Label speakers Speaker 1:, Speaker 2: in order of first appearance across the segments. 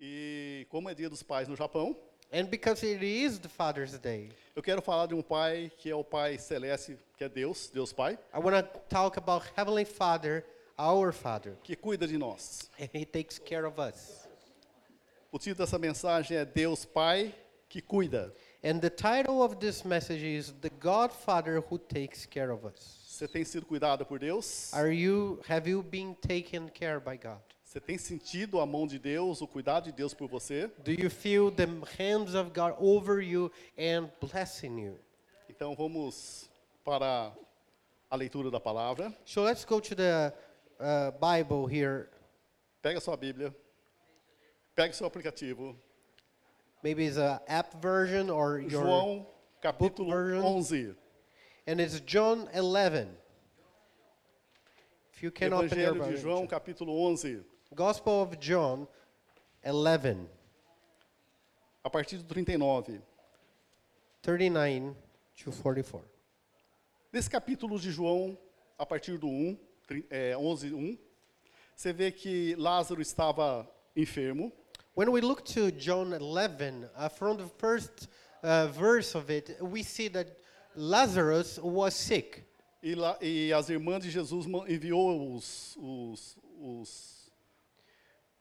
Speaker 1: E como é Dia dos Pais no Japão,
Speaker 2: And because it is the Father's Day,
Speaker 1: eu quero falar de um pai que é o Pai Celeste, que é Deus, Deus Pai,
Speaker 2: I want to talk about Heavenly Father, our Father,
Speaker 1: que cuida de nós.
Speaker 2: and He takes care of us.
Speaker 1: O título dessa mensagem é Deus Pai que cuida.
Speaker 2: And the title of this message is The Godfather Who Takes Care of Us.
Speaker 1: Você tem sido cuidado por Deus?
Speaker 2: Are you have you been taken care by God?
Speaker 1: Você tem sentido a mão de Deus, o cuidado de Deus por você?
Speaker 2: Do you feel the hands of God over you and blessing you?
Speaker 1: Então vamos para a leitura da palavra.
Speaker 2: So let's go to the uh, Bible here.
Speaker 1: Pega sua Bíblia. Pega seu aplicativo.
Speaker 2: Maybe it's a app version or your
Speaker 1: João capítulo
Speaker 2: version.
Speaker 1: 11.
Speaker 2: and it's John 11. If you can open your
Speaker 1: Evangelho de
Speaker 2: Bible,
Speaker 1: João capítulo 11,
Speaker 2: Gospel of John 11,
Speaker 1: a partir do 39.
Speaker 2: 39 to 44.
Speaker 1: Nesse capítulo de João, a partir do 1, tri- é, 11, 1, você vê que Lázaro estava enfermo.
Speaker 2: When we look to John 11, uh, from the first uh, verse of it, we see that Lazarus was sick.
Speaker 1: E, lá, e as irmãs de Jesus ma- enviou os, os, os,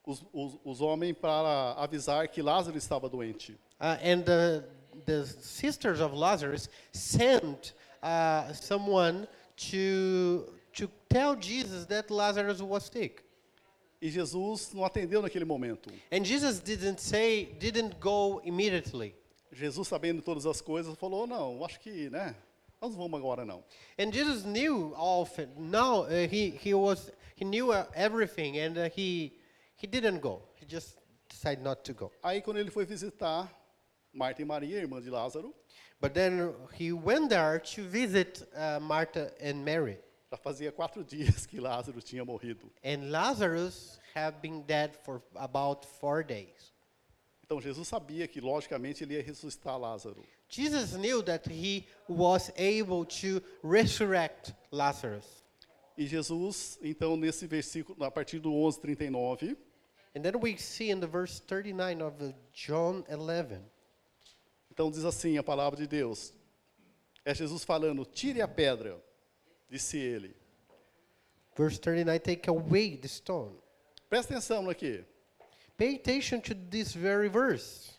Speaker 1: os, os, os homens para avisar que Lázaro estava doente.
Speaker 2: Uh, and the, the sisters of Lazarus sent uh, someone to, to tell Jesus that Lazarus was sick.
Speaker 1: E Jesus não atendeu naquele momento.
Speaker 2: And Jesus didn't say, didn't go immediately.
Speaker 1: Jesus, sabendo todas as coisas, falou: Não, acho que, né? Nós não vamos agora, não.
Speaker 2: And Jesus knew all of it. Now uh, he, he was he knew uh, everything, and uh, he he didn't go. He just decided not to go.
Speaker 1: Aí, quando ele foi visitar Marta e Maria, irmã de Lázaro,
Speaker 2: But then he went there to visit uh, Martha and Mary.
Speaker 1: já fazia quatro dias que Lázaro tinha morrido.
Speaker 2: And Lazarus had been dead for about four days.
Speaker 1: Então, Jesus sabia que, logicamente, ele ia ressuscitar Lázaro.
Speaker 2: Jesus knew that he was able to resurrect Lazarus.
Speaker 1: E Jesus, então, nesse versículo, a partir do 11, 39,
Speaker 2: And then we see in the verse 39 of uh, John 11.
Speaker 1: então diz assim a palavra de Deus. É Jesus falando, tire a pedra, disse ele.
Speaker 2: Verse 39, take away the stone.
Speaker 1: Presta atenção aqui.
Speaker 2: Pay attention to this very verse.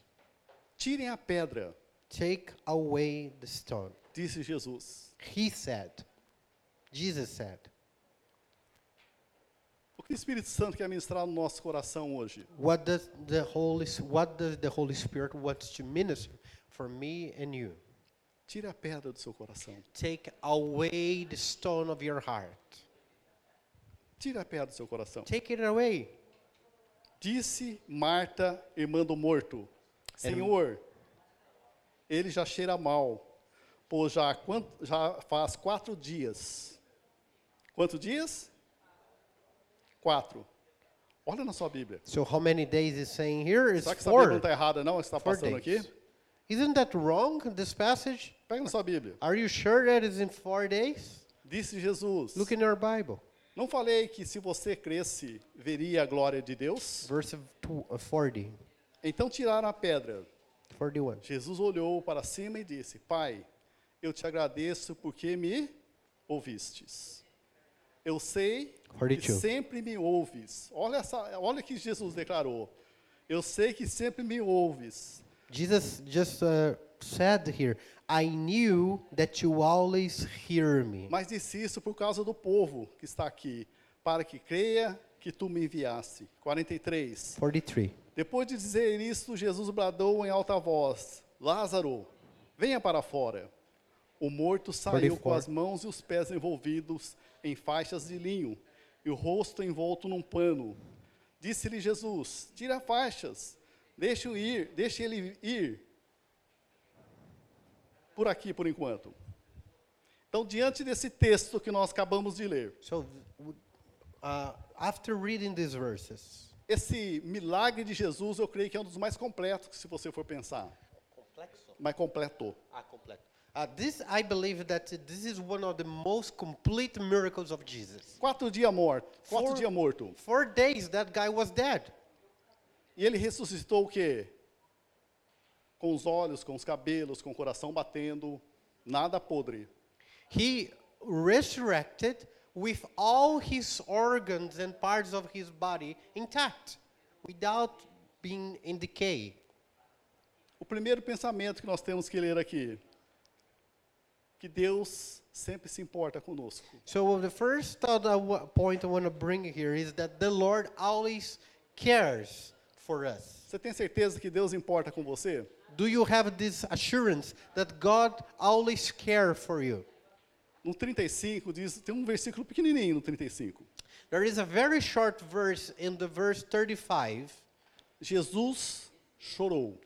Speaker 1: Tirem a pedra,
Speaker 2: Take away the stone.
Speaker 1: disse Jesus.
Speaker 2: He said, Jesus said,
Speaker 1: O que o Espírito Santo quer ministrar no nosso coração hoje?
Speaker 2: what does the Holy, S- what does the Holy Spirit wants to minister for me and you?
Speaker 1: Tire a pedra do seu coração.
Speaker 2: Take away the stone of your heart.
Speaker 1: Tire a pedra do seu coração.
Speaker 2: Take it away.
Speaker 1: Disse Marta, irmã do morto:
Speaker 2: um
Speaker 1: Senhor, ele já cheira mal, pois já, há quant- já faz quatro dias. Quantos dias? Quatro. Olha na sua Bíblia.
Speaker 2: So how many days is saying here? It's
Speaker 1: Será que essa Bíblia não
Speaker 2: four.
Speaker 1: está errada, não? Está
Speaker 2: Four
Speaker 1: passando aqui?
Speaker 2: days. Isn't that wrong? This passage.
Speaker 1: Pega na sua Bíblia.
Speaker 2: Are you sure that it's in four days?
Speaker 1: Disse Jesus:
Speaker 2: Look in your Bible.
Speaker 1: Não falei que se você cresce, veria a glória de Deus?
Speaker 2: Verse of two, uh, 40,
Speaker 1: Então tiraram a pedra.
Speaker 2: 41.
Speaker 1: Jesus olhou para cima e disse: Pai, eu te agradeço porque me ouvistes. Eu sei que
Speaker 2: 42.
Speaker 1: sempre me ouves. Olha, essa, olha que Jesus declarou. Eu sei que sempre me ouves,
Speaker 2: Jesus just uh, said here, I knew that you always hear me.
Speaker 1: mas disse isso por causa do povo que está aqui, para que creia que tu me enviaste. 43.
Speaker 2: 43.
Speaker 1: Depois de dizer isso, Jesus bradou em alta voz: Lázaro, venha para fora. O morto saiu
Speaker 2: 44.
Speaker 1: com as mãos e os pés envolvidos em faixas de linho e o rosto envolto num pano. Disse-lhe Jesus: Tira as faixas, deixe-o ir, deixe ele ir. Por aqui, por enquanto. Então, diante desse texto que nós acabamos de ler,
Speaker 2: So, w- uh, after reading these verses,
Speaker 1: esse milagre de Jesus, eu creio que é um dos mais completos, se você for pensar. mais completo.
Speaker 2: uh, this I believe that this is one of the most complete miracles of Jesus.
Speaker 1: Quatro dias morto, quatro
Speaker 2: For-
Speaker 1: dias morto.
Speaker 2: Four days that guy was dead.
Speaker 1: E ele ressuscitou o quê? Com os olhos, com os cabelos, com o coração batendo, nada podre.
Speaker 2: He resurrected with all his organs and parts of his body intact, without being in decay.
Speaker 1: O primeiro pensamento que nós temos que ler aqui, que Deus sempre se importa conosco.
Speaker 2: So the first thought I wa- point I want to bring here is that the Lord always cares for us.
Speaker 1: Você tem certeza que Deus importa com você?
Speaker 2: Do you have this assurance that God always cares for you?
Speaker 1: No 35 diz, tem um versículo pequenininho no 35.
Speaker 2: There is a very short verse in the verse 35,
Speaker 1: Jesus chorou.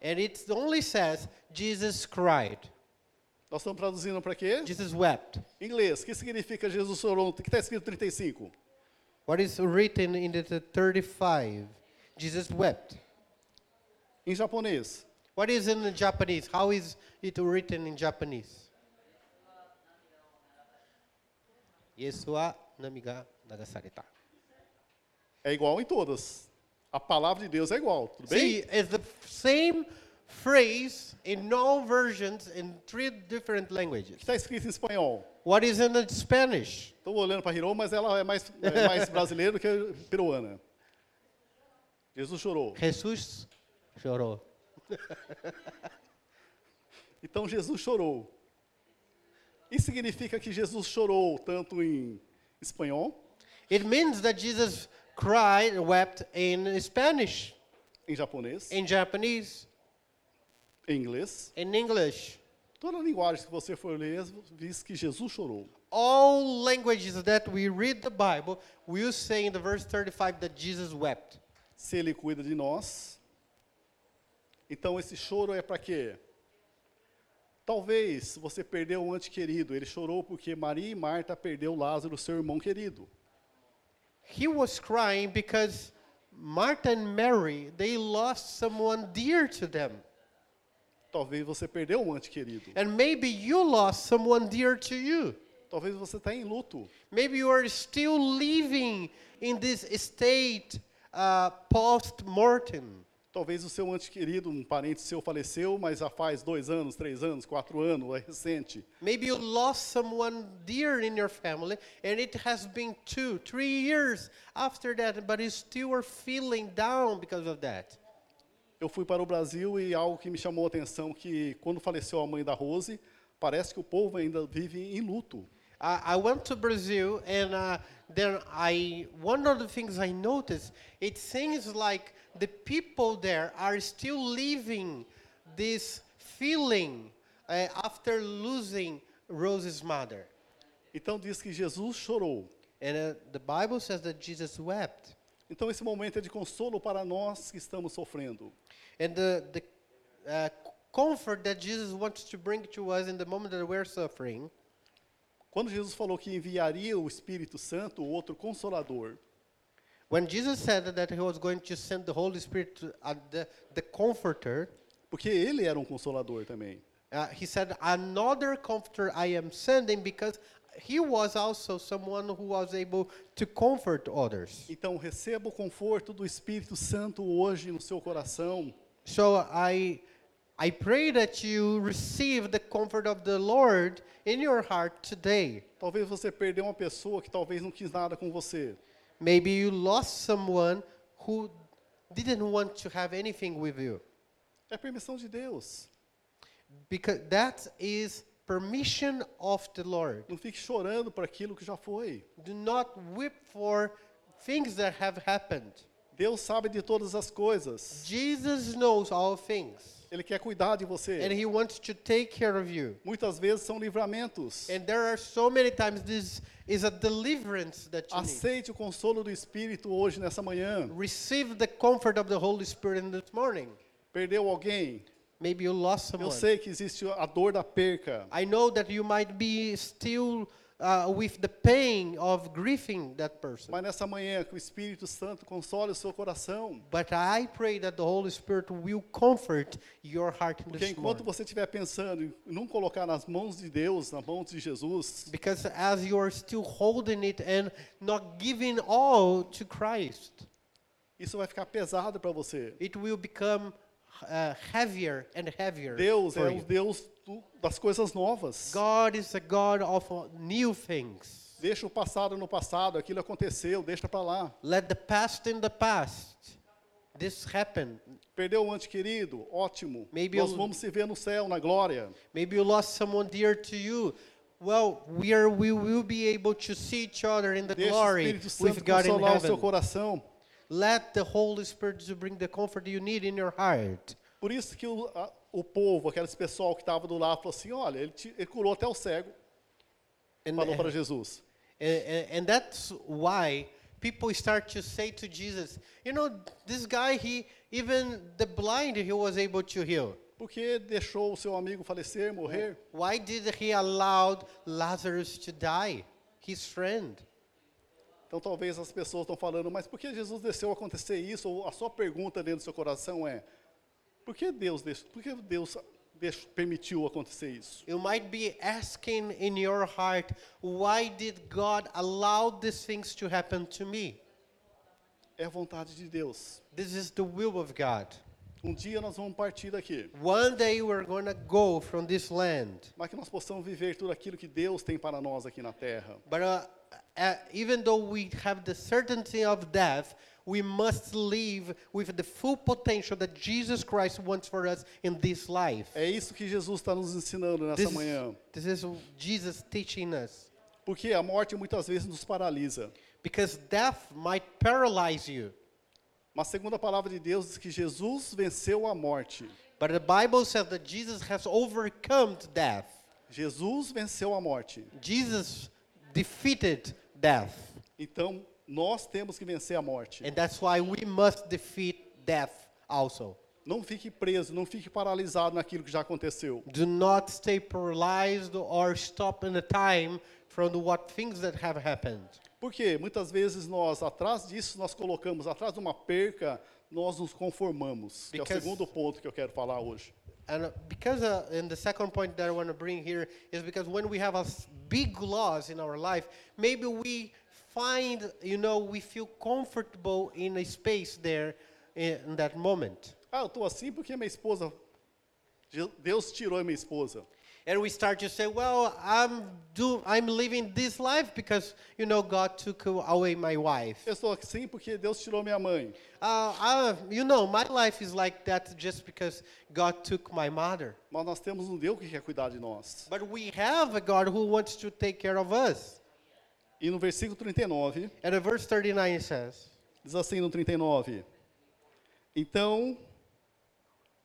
Speaker 2: and it only says Jesus cried.
Speaker 1: Nós estamos traduzindo para quê?
Speaker 2: Jesus wept.
Speaker 1: Em inglês, o que significa Jesus chorou? O que está escrito 35?
Speaker 2: What is written in the 35? Jesus wept.
Speaker 1: Em japonês,
Speaker 2: What is in the Japanese? How is it written in Japanese? Yesua namiga nagasareta.
Speaker 1: é igual em todas. A palavra de Deus é igual, tudo bem?
Speaker 2: See, it's the f- same phrase in all versions in three different languages.
Speaker 1: O que está Tá escrito em espanhol?
Speaker 2: What is in the Spanish?
Speaker 1: Estou olhando para Hirou, mas ela é mais, é mais brasileira do que peruana. Jesus chorou.
Speaker 2: Jesus chorou.
Speaker 1: Então Jesus chorou. Isso significa que Jesus chorou tanto em espanhol,
Speaker 2: It means that Jesus cried, wept in Spanish,
Speaker 1: em japonês,
Speaker 2: in Japanese,
Speaker 1: em inglês.
Speaker 2: in English.
Speaker 1: Toda a linguagem que você for ler diz que Jesus chorou.
Speaker 2: all languages that we read the Bible will say in the verse 35 that Jesus wept.
Speaker 1: Se ele cuida de nós, então esse choro é para quê? Talvez você perdeu um ente querido. Ele chorou porque Maria e Marta perdeu Lázaro, seu irmão querido.
Speaker 2: He was crying because Martha and Mary, they lost someone dear to them.
Speaker 1: Talvez você perdeu um ente querido.
Speaker 2: And maybe you lost someone dear to you.
Speaker 1: Talvez você está em luto.
Speaker 2: Maybe you are still living in this state uh, post mortem.
Speaker 1: Talvez o seu ente querido, um parente seu faleceu, mas já faz dois anos, três anos, quatro anos, é recente.
Speaker 2: Maybe you lost someone dear in your family, and it has been two, three years after that, but you still are feeling down because of that.
Speaker 1: Eu fui para o Brasil e algo que me chamou a atenção que quando faleceu a mãe da Rose, parece que o povo ainda vive em luto.
Speaker 2: I I went to Brazil, and uh, then I one of the things I noticed it seems like the people there are still living this feeling uh, after losing Rose's mother.
Speaker 1: Então diz que Jesus chorou.
Speaker 2: And uh, the Bible says that Jesus wept,
Speaker 1: Então esse momento é de consolo para nós que estamos sofrendo.
Speaker 2: and the the uh, comfort that Jesus wants to bring to us in the moment that we're suffering.
Speaker 1: Quando Jesus falou que enviaria o Espírito Santo, o outro consolador,
Speaker 2: When Jesus said that he was going to send the Holy Spirit, to, uh, the, the Comforter,
Speaker 1: porque ele era um consolador também.
Speaker 2: Uh, he said, Another comforter I am sending because he was also someone who was able to comfort others.
Speaker 1: Então receba o conforto do Espírito Santo hoje no seu coração.
Speaker 2: So I, I pray that you receive the comfort of the Lord in your heart today.
Speaker 1: Talvez você perdeu uma pessoa que talvez não quis nada com você.
Speaker 2: Maybe you lost someone who didn't want to have anything with you.
Speaker 1: É a permissão de Deus.
Speaker 2: Because that is permission of the Lord.
Speaker 1: Não fique chorando por aquilo que já foi.
Speaker 2: Do not weep for things that have happened.
Speaker 1: Deus sabe de todas as coisas.
Speaker 2: Jesus knows all things.
Speaker 1: Ele quer cuidar de
Speaker 2: and
Speaker 1: você.
Speaker 2: he wants to take care of you
Speaker 1: Muitas vezes são livramentos.
Speaker 2: and there are so many times this is a deliverance that you need
Speaker 1: Aceite o consolo do Espírito hoje, nessa manhã.
Speaker 2: receive the comfort of the holy spirit in this morning
Speaker 1: Perdeu alguém?
Speaker 2: maybe you lost
Speaker 1: Eu
Speaker 2: someone
Speaker 1: sei que existe a dor da perca.
Speaker 2: i know that you might be still uh, with the pain of grieving that person
Speaker 1: Mas nessa manhã, que o Espírito Santo console o seu coração.
Speaker 2: but i pray that the holy spirit will comfort your heart in
Speaker 1: Porque
Speaker 2: this
Speaker 1: enquanto
Speaker 2: morning
Speaker 1: você estiver pensando em não colocar nas mãos de Deus, nas mãos de Jesus,
Speaker 2: because as you are still holding it and not giving all to christ
Speaker 1: Isso vai ficar pesado para você.
Speaker 2: It will become uh, heavier and heavier.
Speaker 1: Deus
Speaker 2: for
Speaker 1: é o
Speaker 2: you.
Speaker 1: Deus do- das coisas novas.
Speaker 2: God is a God of uh, new things.
Speaker 1: Deixa o passado no passado, aquilo aconteceu, deixa para lá.
Speaker 2: Let the past in the past. This happened.
Speaker 1: Perdeu um ente querido, ótimo.
Speaker 2: Maybe
Speaker 1: Nós
Speaker 2: eu-
Speaker 1: vamos se ver no céu, na glória.
Speaker 2: Maybe you lost someone dear to you. Well, we are we will be able to see each other in the
Speaker 1: Deixa o
Speaker 2: glory
Speaker 1: Espírito Santo
Speaker 2: with God in
Speaker 1: consolar o seu
Speaker 2: heaven.
Speaker 1: coração.
Speaker 2: Let the Holy Spirit to bring the comfort you need in your heart.
Speaker 1: Por isso que o, a- o povo, aqueles pessoal que estava do lado, falou assim: olha, ele, te- ele curou até o cego,
Speaker 2: And,
Speaker 1: falou para
Speaker 2: and,
Speaker 1: Jesus.
Speaker 2: and, and that's why people start to say to Jesus, you know, this guy he even the blind he was able to heal.
Speaker 1: Porque deixou o seu amigo falecer, morrer.
Speaker 2: Why did he allow Lazarus to die? His friend.
Speaker 1: Então talvez as pessoas estão falando, mas por que Jesus desceu acontecer isso? Ou a sua pergunta dentro do seu coração é: por que Deus, deixou, por que Deus deixou- permitiu acontecer isso?
Speaker 2: You might be asking in your heart, why did God allow these things to happen to me?
Speaker 1: É vontade de Deus.
Speaker 2: This is the will of God.
Speaker 1: Um dia nós vamos partir daqui,
Speaker 2: One day we're going to go from this land.
Speaker 1: mas que nós possamos viver tudo aquilo que Deus tem para nós aqui na terra.
Speaker 2: But uh, uh, even though we have the certainty of death, we must live with the full potential that Jesus Christ wants for us in this life.
Speaker 1: É isso que Jesus está nos ensinando nessa
Speaker 2: This,
Speaker 1: manhã.
Speaker 2: this is Jesus teaching us.
Speaker 1: Porque a morte muitas vezes nos paralisa.
Speaker 2: Because death might paralyze you.
Speaker 1: Mas segundo a palavra de Deus diz que Jesus venceu a morte.
Speaker 2: But the Bible says that Jesus has overcome death.
Speaker 1: Jesus venceu a morte.
Speaker 2: Jesus defeated death.
Speaker 1: Então nós temos que vencer a morte.
Speaker 2: And that's why we must defeat death also.
Speaker 1: Não fique preso, não fique paralisado naquilo que já aconteceu.
Speaker 2: Do not stay paralyzed or stop in the time from what things that have happened.
Speaker 1: Porque muitas vezes nós, atrás disso, nós colocamos, atrás de uma perca, nós nos conformamos. Que é o
Speaker 2: Because-
Speaker 1: segundo ponto que eu quero falar hoje.
Speaker 2: And uh, because, uh, and the second point that I want to bring here is because when we have a s- big loss in our life, maybe we find, you know, we feel comfortable in a space there in in that moment.
Speaker 1: Ah, eu estou assim porque minha esposa. Je- Deus tirou minha esposa.
Speaker 2: And we start to say, well, I'm, do, I'm living this life because, you know, God took away my wife.
Speaker 1: Eu estou assim porque Deus tirou minha mãe.
Speaker 2: Uh, I, you know, my life is like that just because God took my mother.
Speaker 1: Mas nós temos um Deus que quer cuidar de nós.
Speaker 2: But we have a God who wants to take care of us.
Speaker 1: E no versículo 39,
Speaker 2: And in verse 39 it says,
Speaker 1: diz assim no 39. Então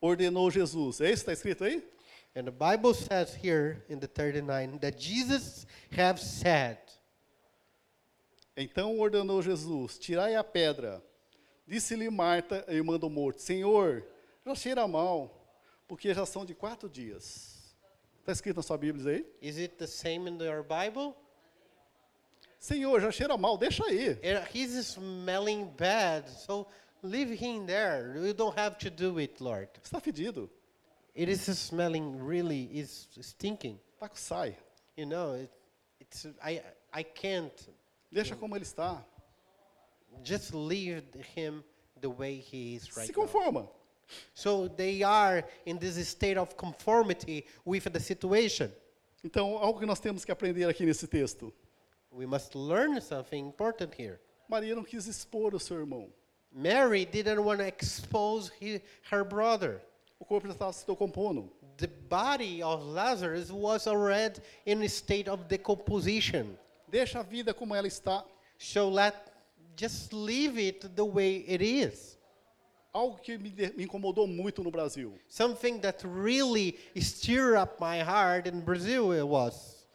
Speaker 1: ordenou Jesus. É isso que está escrito aí?
Speaker 2: and the Bible says here in the 39 that Jesus have said,
Speaker 1: Então ordenou Jesus: Tirai a pedra. Disse-lhe Marta, a irmã do morto: Senhor, já cheira mal, porque já são de quatro dias. Está escrito na sua Bíblia aí?
Speaker 2: is it the same in your Bible?
Speaker 1: Senhor, já cheira mal, deixa aí.
Speaker 2: And he's smelling bad, so leave him there. You don't have to do it, Lord.
Speaker 1: Está tá fedido.
Speaker 2: It is smelling really is stinking.
Speaker 1: Tá com sai.
Speaker 2: You know, it, it's I I can't
Speaker 1: Deixa como ele está.
Speaker 2: just leave him the way he is right
Speaker 1: Se
Speaker 2: now.
Speaker 1: conforma.
Speaker 2: So they are in this state of conformity with the situation.
Speaker 1: Então, algo que nós temos que aprender aqui nesse texto.
Speaker 2: We must learn something important here.
Speaker 1: Maria não quis expor o seu irmão.
Speaker 2: Mary didn't want to expose he, her brother.
Speaker 1: O corpo já estava se decompondo.
Speaker 2: The body of Lazarus was already in a state of decomposition.
Speaker 1: Deixa a vida como ela está.
Speaker 2: So let just leave it the way it is.
Speaker 1: Algo que me, de- me incomodou muito no Brasil.
Speaker 2: Something that really stirred up my heart in Brazil it was.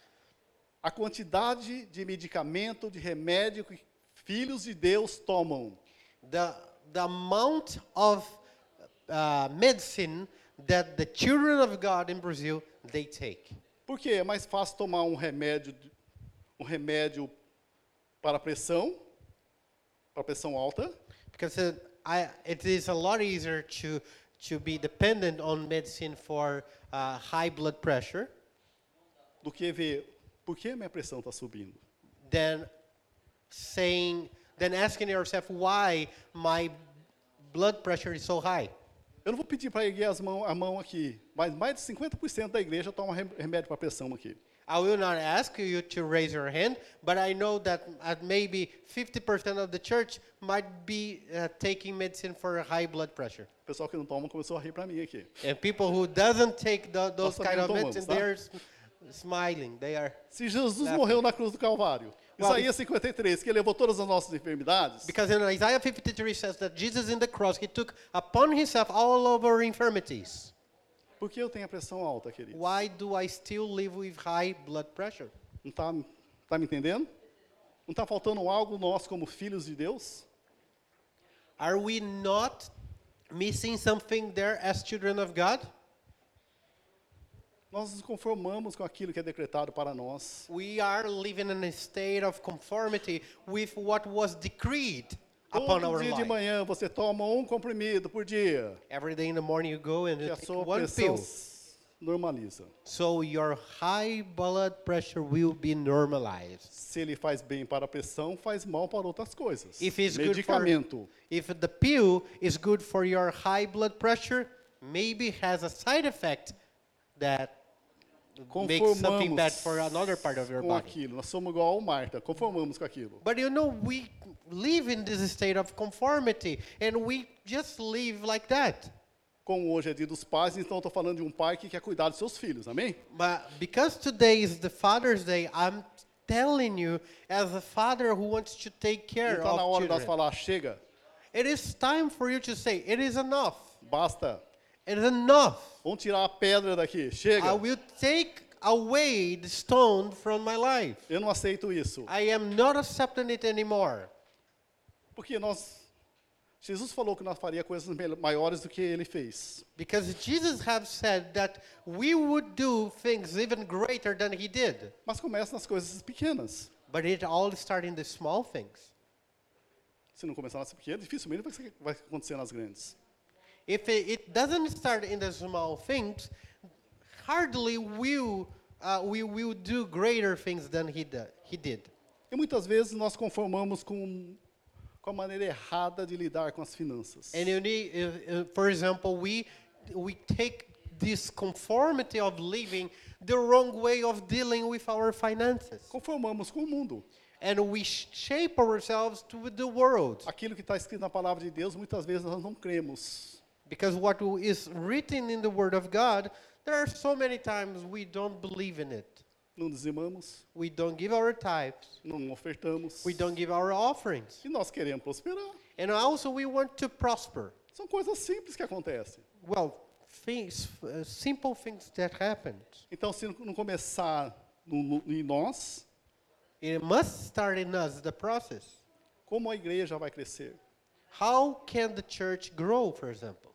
Speaker 1: A quantidade de medicamento, de remédio que filhos de Deus tomam.
Speaker 2: the, the amount of uh, medicine that the children of God in Brazil they take.
Speaker 1: Por quê? É mais fácil tomar um remédio, de- um remédio para a pressão, para a pressão alta,
Speaker 2: Because uh, I, it is a lot easier to, to be dependent on medicine for uh, high blood pressure
Speaker 1: tá do que ver por que minha pressão está subindo.
Speaker 2: than saying, than asking yourself why my blood pressure is so high.
Speaker 1: Eu não vou pedir para erguer as mão, a mão aqui, mas mais de 50% da igreja toma rem- remédio para pressão aqui.
Speaker 2: I will not ask you to raise your hand, but I know that at maybe 50% of the church might be uh, taking medicine for high blood pressure.
Speaker 1: O pessoal que não toma começou a rir para mim aqui.
Speaker 2: And people who doesn't take tho- those
Speaker 1: Nós
Speaker 2: kind of
Speaker 1: também não
Speaker 2: medicine,
Speaker 1: tomamos, tá?
Speaker 2: they're s- smiling. They are
Speaker 1: Se Jesus
Speaker 2: Certo.
Speaker 1: morreu na cruz do Calvário,
Speaker 2: Well,
Speaker 1: Isaías 53, que ele levou todas as nossas enfermidades,
Speaker 2: because in Isaiah 53 says that Jesus in the cross he took upon himself all of our infirmities.
Speaker 1: por que eu tenho a pressão alta, querido?
Speaker 2: Why do I still live with high blood pressure?
Speaker 1: Não está tá me entendendo? Não está faltando algo nós, como filhos de Deus?
Speaker 2: Are we not missing something there as children of God?
Speaker 1: Nós nos conformamos com aquilo que é decretado para nós.
Speaker 2: We are living in a state of conformity with what was decreed upon
Speaker 1: Todo
Speaker 2: our
Speaker 1: dia de
Speaker 2: life.
Speaker 1: manhã você toma um comprimido por dia,
Speaker 2: Every day in the morning you go and
Speaker 1: que
Speaker 2: you
Speaker 1: a
Speaker 2: take
Speaker 1: sua
Speaker 2: one
Speaker 1: pressão
Speaker 2: pill.
Speaker 1: s- normaliza.
Speaker 2: So your high blood pressure will be normalized.
Speaker 1: Se ele faz bem para a pressão, faz mal para outras coisas.
Speaker 2: If it's good for
Speaker 1: Medicamento.
Speaker 2: if the pill is good for your high blood pressure, maybe has a side effect that makes something bad for another part of your
Speaker 1: com
Speaker 2: body.
Speaker 1: aquilo. Nós somos igual ao Marta, conformamos com aquilo.
Speaker 2: But you know, we live in this state of conformity, and we just live like that.
Speaker 1: Como hoje é dia dos pais, então eu estou falando de um pai que quer cuidar dos seus filhos, amém?
Speaker 2: But because today is the Father's Day, I'm telling you, as a father who wants to take care
Speaker 1: Então está na
Speaker 2: of
Speaker 1: hora de nós
Speaker 2: children,
Speaker 1: falar, chega,
Speaker 2: it is time for you to say, "It is enough.
Speaker 1: basta,
Speaker 2: It is enough.
Speaker 1: vamos tirar a pedra daqui, chega.
Speaker 2: I will take away the stone from my life.
Speaker 1: Eu não aceito isso.
Speaker 2: I am not accepting it anymore."
Speaker 1: Porque nós, Jesus falou que nós faria coisas mel- maiores do que ele fez.
Speaker 2: Because Jesus have said that we would do things even greater than he did.
Speaker 1: Mas começa nas coisas pequenas.
Speaker 2: But it all starts in the small things.
Speaker 1: Se não começar nas pequenas, dificilmente vai ser- vai acontecer nas grandes.
Speaker 2: If it, it doesn't start in the small things, hardly will uh, we will do greater things than he, do, he did.
Speaker 1: E muitas vezes nós conformamos com, com a maneira errada de lidar com as finanças.
Speaker 2: And you need, uh, uh, for example, we we take this conformity of living the wrong way of dealing with our finances,
Speaker 1: Conformamos com o mundo.
Speaker 2: and we sh- shape ourselves to the world.
Speaker 1: Aquilo que está escrito na palavra de Deus, muitas vezes nós não cremos.
Speaker 2: Because what is written in the Word of God, there are so many times we don't believe in it.
Speaker 1: Não dizimamos,
Speaker 2: We don't give our tithes.
Speaker 1: não ofertamos.
Speaker 2: We don't give our offerings.
Speaker 1: E nós queremos prosperar.
Speaker 2: And also, we want to prosper.
Speaker 1: São coisas simples que acontecem.
Speaker 2: Well, things, uh, simple things that happen.
Speaker 1: Então, se não começar no- no- em nós,
Speaker 2: It must start in us, the process.
Speaker 1: como a igreja vai crescer?
Speaker 2: How can the church grow, for example?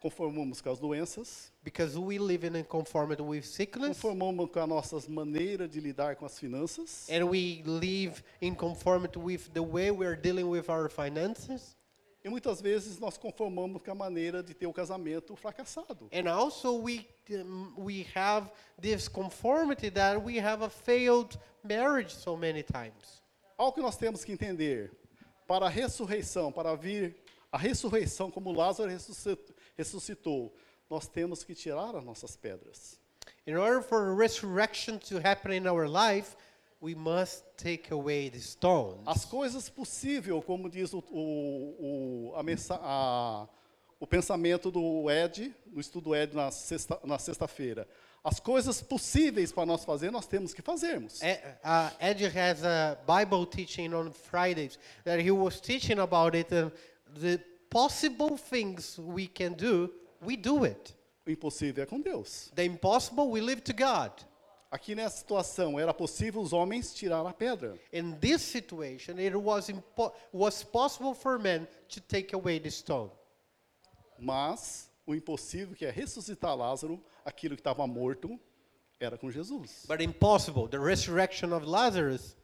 Speaker 1: Conformamos com as doenças,
Speaker 2: Because we live in conformity with sickness,
Speaker 1: conformamos com a nossa maneira de lidar com as finanças,
Speaker 2: and we live in conformity with the way we're dealing with our finances.
Speaker 1: e muitas vezes nós conformamos com a maneira de ter o casamento fracassado.
Speaker 2: And also, we, um, we have this conformity that we have a failed marriage so many times.
Speaker 1: Algo que nós temos que entender, para a ressurreição, para vir a ressurreição como Lázaro ressuscit- ressuscitou, nós temos que tirar as nossas pedras.
Speaker 2: In order for resurrection to happen in our life, we must take away the stones.
Speaker 1: As coisas possíveis, como diz o, o, o, a mensa- a- o pensamento do Ed, no estudo Ed na sexta- na sexta-feira. as coisas possíveis para nós fazer, nós temos que fazermos.
Speaker 2: E- uh, Ed has a Bible teaching on Fridays that he was teaching about it. And the possible things we can do, we do it.
Speaker 1: O impossível é com Deus.
Speaker 2: The impossible, we leave to God.
Speaker 1: Aqui nessa situação, era possível os homens tirar a pedra.
Speaker 2: In this situation, it was, impo- was possible for men to take away the stone.
Speaker 1: Mas o impossível, que é ressuscitar Lázaro, aquilo que estava morto, era com Jesus.
Speaker 2: But impossible, the resurrection of Lazarus,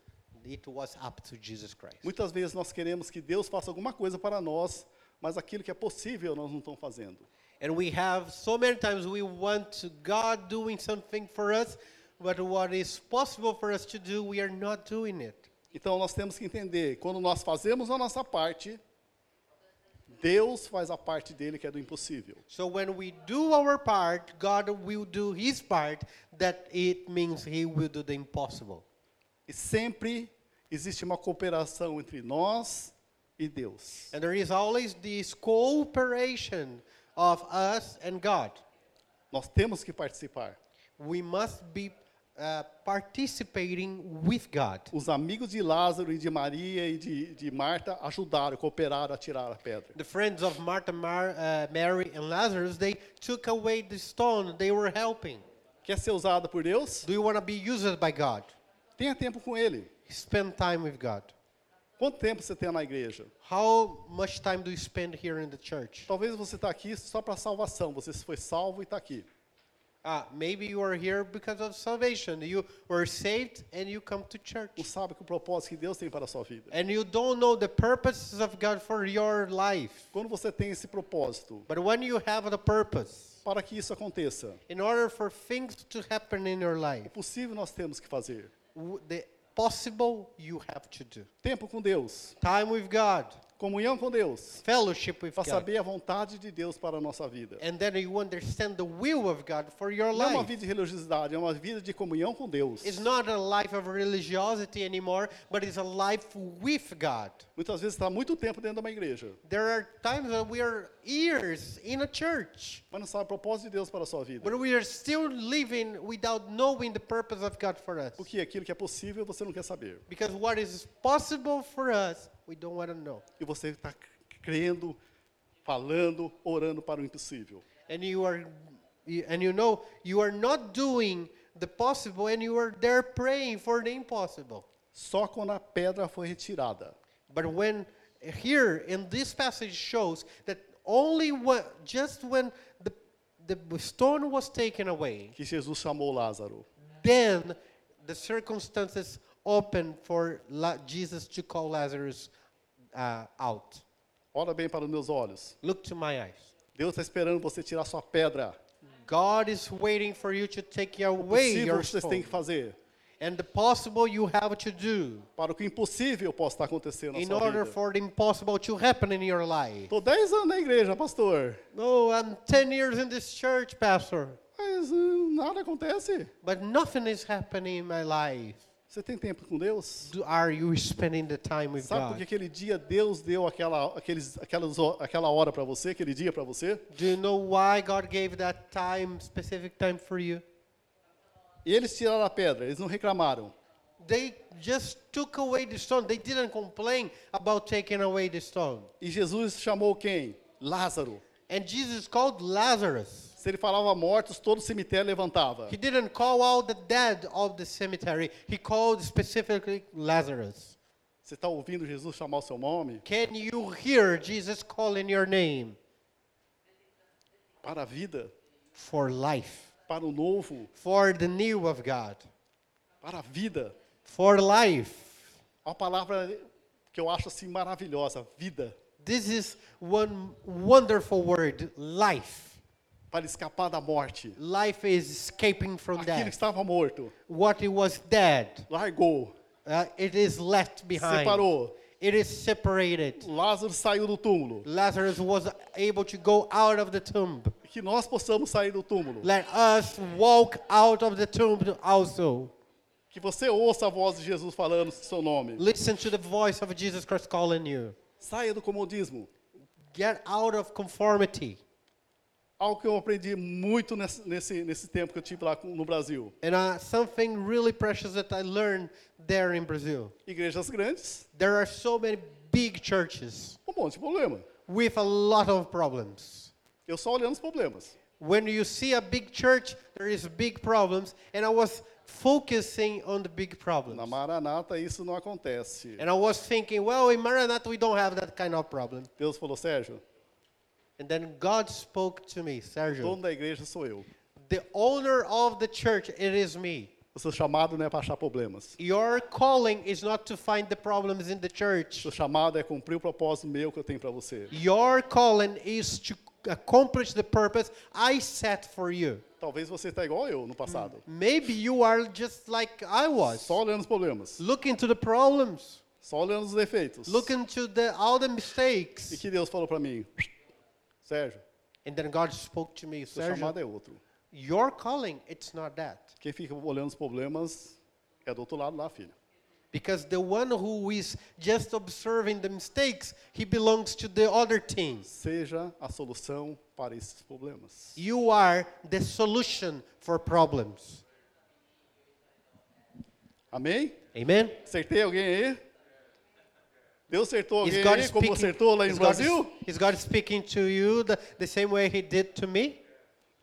Speaker 2: it was up to Jesus Christ.
Speaker 1: Muitas vezes nós queremos que Deus faça alguma coisa para nós, mas aquilo que é possível nós não estamos fazendo.
Speaker 2: And we have so many times we want to God doing something for us, but what is possible for us to do, we are not doing it.
Speaker 1: Então nós temos que entender, quando nós fazemos a nossa parte, Deus faz a parte dele que é do impossível.
Speaker 2: So when we do our part, God will do his part, that it means he will do the impossible.
Speaker 1: E sempre existe uma cooperação entre nós e Deus.
Speaker 2: And there is always this cooperation of us and God.
Speaker 1: Nós temos que participar.
Speaker 2: We must be uh, participating with God.
Speaker 1: Os amigos de Lázaro e de Maria e de, de Marta ajudaram, cooperaram a tirar a pedra.
Speaker 2: The friends of Martha, Mar, uh, Mary, and Lazarus, they took away the stone. They were helping.
Speaker 1: Quer é ser usado por Deus?
Speaker 2: Do you want to be used by God?
Speaker 1: Tenha tempo com Ele.
Speaker 2: Spend time with God.
Speaker 1: Quanto tempo você tem na igreja?
Speaker 2: How much time do you spend here in the church?
Speaker 1: Talvez você está aqui só para salvação. Você foi salvo e está aqui.
Speaker 2: Ah, maybe you are here because of salvation. You were saved and you come to
Speaker 1: Não
Speaker 2: church.
Speaker 1: sabe que o propósito que Deus tem para a sua vida.
Speaker 2: And you don't know the purposes of God for your life.
Speaker 1: Quando você tem esse propósito,
Speaker 2: But when you have the purpose,
Speaker 1: para que isso aconteça,
Speaker 2: in order for things to happen in your life,
Speaker 1: o possível nós temos que fazer.
Speaker 2: w- the possible you have to do.
Speaker 1: Tempo com Deus,
Speaker 2: Time with God,
Speaker 1: comunhão com Deus,
Speaker 2: fellowship with
Speaker 1: para
Speaker 2: God.
Speaker 1: saber a vontade de Deus para a nossa vida.
Speaker 2: And then you understand the will of God for your
Speaker 1: Não é uma
Speaker 2: life.
Speaker 1: vida de religiosidade, é uma vida de comunhão com Deus.
Speaker 2: It's not a life of religiosity anymore, but it's a life with God.
Speaker 1: Muitas vezes está muito tempo dentro de uma igreja,
Speaker 2: There are times that we are years in a church,
Speaker 1: mas não sabe o propósito de Deus para a sua vida.
Speaker 2: but we are still living without knowing the purpose of God for us.
Speaker 1: Porque aquilo que é possível você não quer saber.
Speaker 2: Because what is possible for us, we don't want to know.
Speaker 1: E você está crendo, falando, orando para o impossível.
Speaker 2: And you are you- and you know you are not doing the possible and you are there praying for the impossible.
Speaker 1: Só quando a pedra foi retirada,
Speaker 2: But when here in this passage shows that only what, just when the, the stone was taken away,
Speaker 1: que Jesus chamou Lázaro.
Speaker 2: then the circumstances opened for La- Jesus to call Lazarus uh, out.
Speaker 1: Olha bem para os meus olhos.
Speaker 2: Look to my eyes.
Speaker 1: Deus está esperando você tirar sua pedra.
Speaker 2: God is waiting for you to take away
Speaker 1: Possível
Speaker 2: your
Speaker 1: vocês
Speaker 2: stone.
Speaker 1: têm que fazer
Speaker 2: And the possible you have to do
Speaker 1: para que o impossível possa estar acontecendo na
Speaker 2: in
Speaker 1: sua
Speaker 2: order
Speaker 1: vida.
Speaker 2: for the impossible to happen in your life.
Speaker 1: Estou 10 anos na igreja, pastor,
Speaker 2: No, I'm 10 years in this church, Pastor.
Speaker 1: mas hum, nada acontece.
Speaker 2: But nothing is happening in my life.
Speaker 1: Você tem tempo com Deus?
Speaker 2: Do- Are you spending the time with
Speaker 1: Sabe porque
Speaker 2: God?
Speaker 1: aquele dia Deus deu aquela, aqueles, aquelas, ho- aquela hora para você, aquele dia para você?
Speaker 2: Do you know why God gave that time, specific time for you?
Speaker 1: E eles tiraram a pedra, eles não reclamaram.
Speaker 2: They just took away the stone. They didn't complain about taking away the stone.
Speaker 1: E Jesus chamou quem? Lázaro.
Speaker 2: And Jesus called Lazarus.
Speaker 1: Se ele falava mortos, todo o cemitério levantava.
Speaker 2: He didn't call out the dead of the cemetery. He called specifically Lazarus.
Speaker 1: Você está ouvindo Jesus chamar o seu nome?
Speaker 2: Can you hear Jesus calling your name
Speaker 1: Para a vida,
Speaker 2: for life,
Speaker 1: para o novo,
Speaker 2: for the new of God,
Speaker 1: para a vida. É
Speaker 2: for life?
Speaker 1: Uma palavra que eu acho assim maravilhosa, vida,
Speaker 2: This is one wonderful word, life.
Speaker 1: para escapar da morte.
Speaker 2: Life is escaping from
Speaker 1: Aquilo que
Speaker 2: death.
Speaker 1: estava morto,
Speaker 2: What it was dead,
Speaker 1: largou,
Speaker 2: uh, it is left behind.
Speaker 1: separou.
Speaker 2: It is separated.
Speaker 1: Lázaro saiu do túmulo.
Speaker 2: Lazarus was able to go out of the tomb.
Speaker 1: Que nós possamos sair do túmulo.
Speaker 2: Let us walk out of the tomb also.
Speaker 1: Que você ouça a voz de Jesus falando seu nome.
Speaker 2: Listen to the voice of Jesus Christ calling you.
Speaker 1: Saia do comodismo.
Speaker 2: Get out of conformity.
Speaker 1: Algo que eu aprendi muito nesse, nesse, nesse tempo que eu tive lá com- no Brasil.
Speaker 2: And uh, something really precious that I learned there in Brazil.
Speaker 1: Igrejas grandes,
Speaker 2: There are so many big churches.
Speaker 1: um monte de problema.
Speaker 2: with a lot of problems.
Speaker 1: Eu só olhando os problemas.
Speaker 2: When you see a big church, there is big problems, and I was focusing on the big
Speaker 1: Na
Speaker 2: problems.
Speaker 1: Maranata isso não acontece.
Speaker 2: And I was thinking, well, in Maranatha we don't have that kind of problem.
Speaker 1: Deus falou, Sérgio,
Speaker 2: And then God spoke to me,
Speaker 1: dono
Speaker 2: Sergio,
Speaker 1: da igreja sou eu.
Speaker 2: the owner of the church, it is me.
Speaker 1: O seu chamado não é para achar problemas.
Speaker 2: Your calling is not to find the problems in the
Speaker 1: O
Speaker 2: church.
Speaker 1: seu chamado é cumprir o propósito meu que eu tenho para você.
Speaker 2: Your calling is to accomplish the purpose I set for you.
Speaker 1: Talvez você está igual eu no passado.
Speaker 2: Maybe you are just like I was.
Speaker 1: Só olhando os problemas,
Speaker 2: Look into the problems.
Speaker 1: só olhando os defeitos.
Speaker 2: Look into the all the
Speaker 1: E
Speaker 2: mistakes.
Speaker 1: que Deus falou para mim, Sérgio,
Speaker 2: And then God spoke to me,
Speaker 1: seu
Speaker 2: Sergio,
Speaker 1: chamado é outro.
Speaker 2: your calling, it's not that.
Speaker 1: Quem fica olhando os problemas é do outro lado lá, filha.
Speaker 2: Because the one who is just observing the mistakes, he belongs to the other team.
Speaker 1: Seja a solução para esses problemas.
Speaker 2: You are the solution for problems.
Speaker 1: Amém?
Speaker 2: Amen?
Speaker 1: Acertei alguém aí? Deus acertou
Speaker 2: Is
Speaker 1: alguém
Speaker 2: God
Speaker 1: aí, como
Speaker 2: speaking-
Speaker 1: acertou lá
Speaker 2: is
Speaker 1: no
Speaker 2: God-
Speaker 1: Brasil?
Speaker 2: is God speaking to you the, the same way he did to me?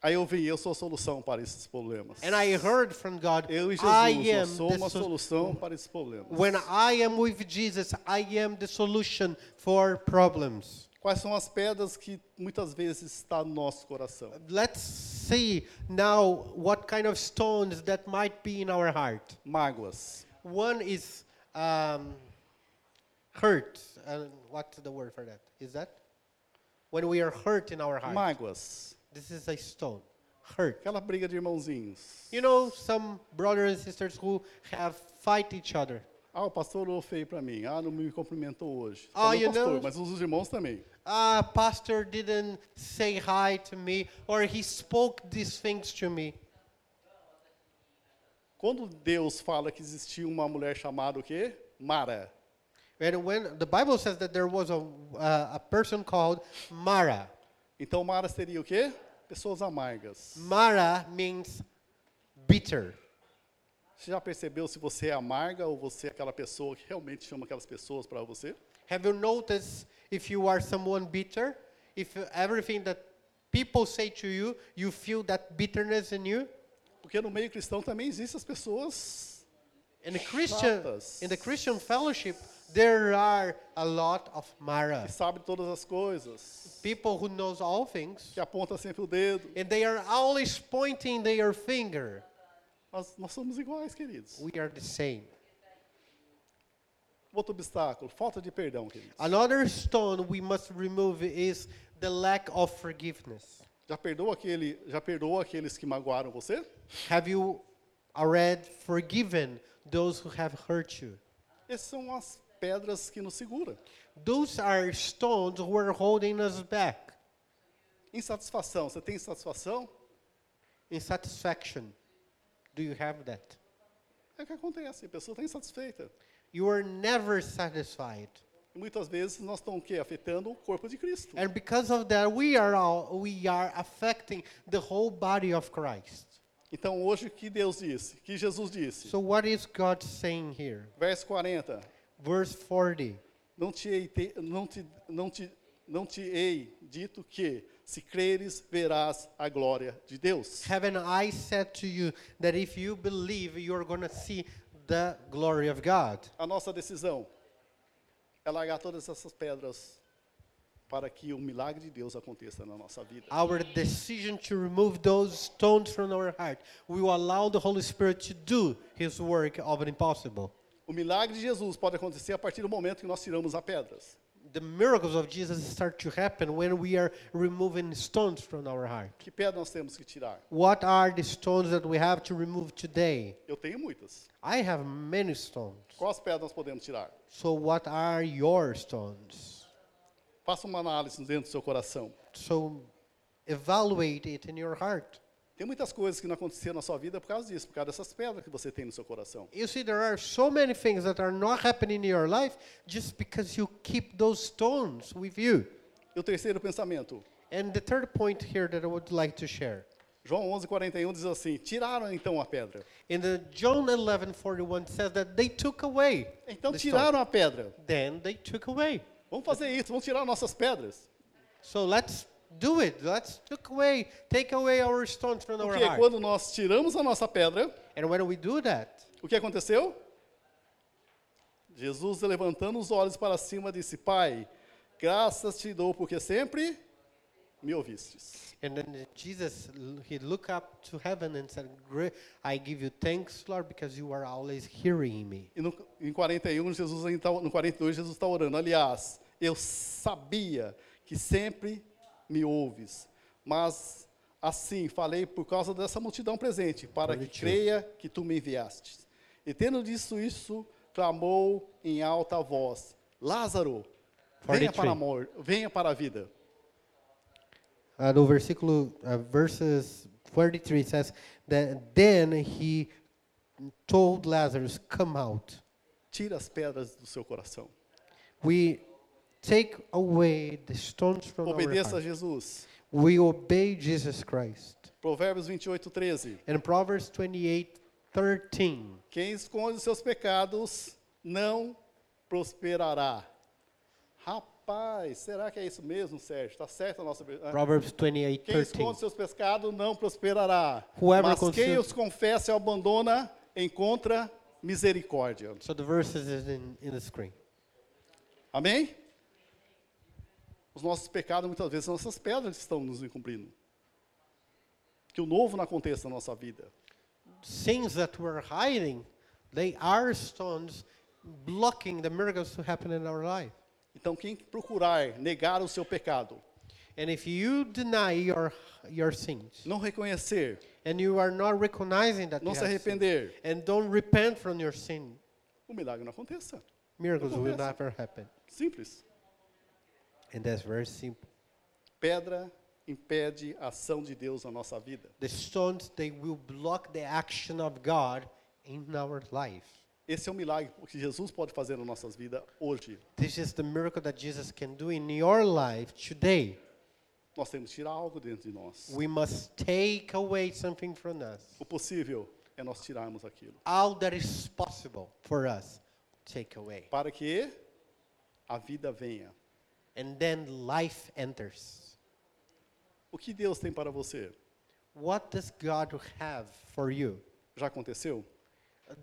Speaker 1: Aí eu vim, eu sou a solução para esses problemas.
Speaker 2: And I heard from God,
Speaker 1: Eu e Jesus,
Speaker 2: I
Speaker 1: eu
Speaker 2: am
Speaker 1: sou
Speaker 2: the
Speaker 1: uma
Speaker 2: sol-
Speaker 1: solução para esses problemas.
Speaker 2: When I am with Jesus, I am the solution for problems.
Speaker 1: Quais são as pedras que muitas vezes está no nosso coração?
Speaker 2: Let's see now what kind of stones that might be in our heart.
Speaker 1: Mágoas,
Speaker 2: One is um, hurt. And what's the word for that? Is that when we are hurt in our heart?
Speaker 1: mágoas.
Speaker 2: This is a stone. Hurt.
Speaker 1: Aquela briga de irmãozinhos.
Speaker 2: You know some brothers and sisters who have fight each other.
Speaker 1: Ah, o pastor olhou feio para mim. Ah, não me cumprimentou hoje.
Speaker 2: Ah,
Speaker 1: Falei,
Speaker 2: you
Speaker 1: pastor,
Speaker 2: know-
Speaker 1: mas os irmãos também.
Speaker 2: Ah, pastor didn't say hi to me, or he spoke these things to me.
Speaker 1: Quando Deus fala que existia uma mulher chamada o quê? Mara.
Speaker 2: And when the Bible says that there was a uh, a person called Mara.
Speaker 1: Então Mara seria o quê? Pessoas amargas.
Speaker 2: Mara means bitter.
Speaker 1: Você já percebeu se você é amarga ou você é aquela pessoa que realmente chama aquelas pessoas para você?
Speaker 2: Have you noticed if you are someone bitter, if everything that people say to you, you feel that bitterness in you?
Speaker 1: Porque no meio cristão também existem as pessoas.
Speaker 2: In the Christian
Speaker 1: Chatas.
Speaker 2: in the Christian fellowship, there are a lot of Mara,
Speaker 1: que sabem todas as coisas,
Speaker 2: people who knows all things,
Speaker 1: que apontam sempre o dedo.
Speaker 2: and they are always pointing their finger.
Speaker 1: Nós, nós somos iguais, queridos.
Speaker 2: We are the same.
Speaker 1: Outro obstáculo, falta de perdão, queridos.
Speaker 2: Another stone we must remove is the lack of forgiveness.
Speaker 1: Já perdoou aquele, já perdoou aqueles que magoaram você?
Speaker 2: Have you already forgiven those who have hurt you?
Speaker 1: Essas são as pedras que nos segura.
Speaker 2: Those are stones who are holding us back.
Speaker 1: Insatisfação, você tem insatisfação?
Speaker 2: Insatisfaction. Do you have that?
Speaker 1: É o que acontece, a pessoa está insatisfeita.
Speaker 2: You are never satisfied.
Speaker 1: E muitas vezes nós estamos o quê? Afetando o corpo de Cristo.
Speaker 2: And because of that, we are all, we are affecting the whole body of Christ.
Speaker 1: Então hoje o que Deus disse? O Que Jesus disse?
Speaker 2: So what is God saying here?
Speaker 1: Verso 40.
Speaker 2: Verse 40.
Speaker 1: Não te, hei te- não, te, não, te, não te hei dito que, se creres, verás a glória de Deus.
Speaker 2: Haven't I said to you that if you believe, you're going to see the glory of God?
Speaker 1: A nossa decisão é largar todas essas pedras para que o milagre de Deus aconteça na nossa vida.
Speaker 2: Our decision to remove those stones from our heart will allow the Holy Spirit to do His work of the impossible.
Speaker 1: O milagre de Jesus pode acontecer a partir do momento que nós tiramos as pedras.
Speaker 2: The miracles of Jesus start to happen when we are removing stones from our heart.
Speaker 1: Que pedra nós temos que tirar?
Speaker 2: What are the stones that we have to remove today?
Speaker 1: Eu tenho muitas.
Speaker 2: I have many stones.
Speaker 1: Quais pedras nós podemos tirar?
Speaker 2: So, what are your stones?
Speaker 1: Faça uma análise dentro do seu coração.
Speaker 2: So, evaluate it in your heart.
Speaker 1: Tem muitas coisas que não aconteceram na sua vida por causa disso, por causa dessas pedras que você tem no seu coração.
Speaker 2: You see, there are so many things that are not happening in your life just because you keep those stones with you.
Speaker 1: E o terceiro pensamento,
Speaker 2: And the third point here that I would like to share.
Speaker 1: João 11:41 diz assim: "Tiraram então a pedra".
Speaker 2: In the John 11:41 says that they took away.
Speaker 1: Então
Speaker 2: the stone.
Speaker 1: tiraram a pedra.
Speaker 2: Then they took away.
Speaker 1: Vamos fazer isso, vamos tirar nossas pedras.
Speaker 2: So let's do it. Let's took away, take away our stones from our
Speaker 1: Porque
Speaker 2: heart.
Speaker 1: quando nós tiramos a nossa pedra,
Speaker 2: And when we do that,
Speaker 1: o que aconteceu? Jesus, levantando os olhos para cima, disse: "Pai, graças te dou porque sempre me ouvistes".
Speaker 2: and then Jesus he looked up to heaven and said, "Gra- "I give you thanks, Lord, because you are always hearing me."
Speaker 1: E no, em 41, Jesus tá, então, no 42, Jesus está orando. Aliás, eu sabia que sempre me ouves. Mas assim falei por causa dessa multidão presente, para que creia que tu me enviaste. E tendo dito isso, clamou em alta voz: Lázaro, venha
Speaker 2: 43.
Speaker 1: para, a mor- venha para a vida.
Speaker 2: Uh, no versículo, uh, verses 43 says that then he told Lazarus, come out.
Speaker 1: Tira as pedras do seu coração.
Speaker 2: We take away the stones from our
Speaker 1: Obedeça a
Speaker 2: heart.
Speaker 1: Jesus.
Speaker 2: We obey Jesus Christ.
Speaker 1: Provérbios 28, 13.
Speaker 2: And Proverbs 28, 13.
Speaker 1: Quem esconde os seus pecados não prosperará. Rapaz, será que é isso mesmo, Sérgio? Está certo a nossa. ah,
Speaker 2: Proverbs 28,
Speaker 1: Quem
Speaker 2: 13.
Speaker 1: esconde seus pecados não prosperará.
Speaker 2: Whoever
Speaker 1: Mas quem
Speaker 2: conceals-
Speaker 1: os confessa e abandona encontra misericórdia.
Speaker 2: So the verses is in, in the screen.
Speaker 1: Amém? Os nossos pecados, muitas vezes, são nossas pedras que estão nos incumprindo. Que o novo não aconteça na nossa vida.
Speaker 2: Things that we're hiding, they are stones blocking the miracles to happen in our life.
Speaker 1: Então, quem procurar negar o seu pecado,
Speaker 2: And if you deny your your sins
Speaker 1: não reconhecer,
Speaker 2: and you are not recognizing that
Speaker 1: não
Speaker 2: you
Speaker 1: se
Speaker 2: have sinned,
Speaker 1: arrepender,
Speaker 2: and don't repent from your sin,
Speaker 1: o milagre não aconteça.
Speaker 2: miracles will
Speaker 1: Acontece.
Speaker 2: never happen.
Speaker 1: Simples.
Speaker 2: And that's very simple.
Speaker 1: Pedra impede a ação de Deus na nossa vida.
Speaker 2: The stones they will block the action of God in our life.
Speaker 1: Esse é o milagre que Jesus pode fazer nas nossas vidas hoje.
Speaker 2: This is the miracle that Jesus can do in your life today.
Speaker 1: Nós temos que tirar algo dentro de nós.
Speaker 2: We must take away something from us.
Speaker 1: O possível é nós tirarmos aquilo.
Speaker 2: All that is possible for us, take away.
Speaker 1: Para que a vida venha.
Speaker 2: And then life enters.
Speaker 1: O que Deus tem para você?
Speaker 2: What does God have for you?
Speaker 1: Já aconteceu?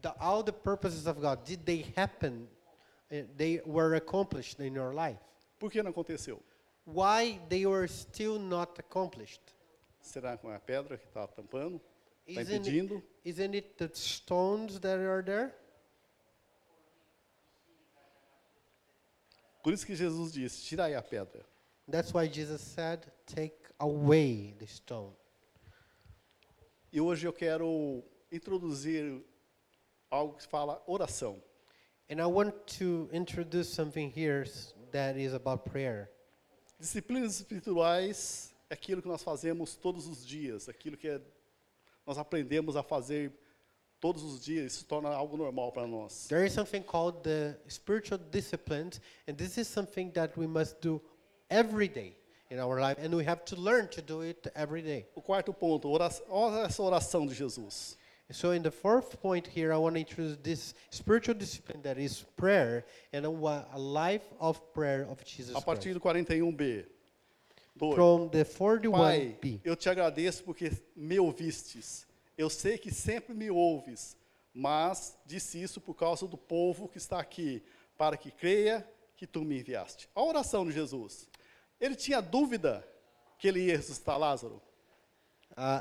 Speaker 2: The, all the purposes of God, did they happen? Uh, They were accomplished in your life.
Speaker 1: Por que não aconteceu?
Speaker 2: Why they were still not accomplished?
Speaker 1: Será que é a pedra que está tampando? Está
Speaker 2: Isn't
Speaker 1: impedindo?
Speaker 2: it, isn't it the stones that are there?
Speaker 1: Por isso que Jesus disse: tirai a pedra.
Speaker 2: That's why Jesus said, take away the stone.
Speaker 1: E hoje eu quero introduzir algo que fala oração.
Speaker 2: And I want to introduce something here s- that is about prayer.
Speaker 1: Disciplinas espirituais é aquilo que nós fazemos todos os dias, aquilo que é- nós aprendemos a fazer todos os dias, isso se torna algo normal para nós.
Speaker 2: There is something called the spiritual disciplines, and this is something that we must do every day in our life, and we have to learn to do it every day.
Speaker 1: O quarto ponto, ora- olha essa oração de Jesus.
Speaker 2: So, in the fourth point here, I want to introduce this spiritual discipline that is prayer and a, wa- a life of prayer of Jesus
Speaker 1: A partir
Speaker 2: Christ.
Speaker 1: do 41b. Dois.
Speaker 2: From the 41b,
Speaker 1: Pai, eu te agradeço porque me ouvistes. Eu sei que sempre me ouves, mas disse isso por causa do povo que está aqui, para que creia que tu me enviaste. A oração de Jesus. Ele tinha dúvida que ele ia ressuscitar Lázaro.
Speaker 2: Uh,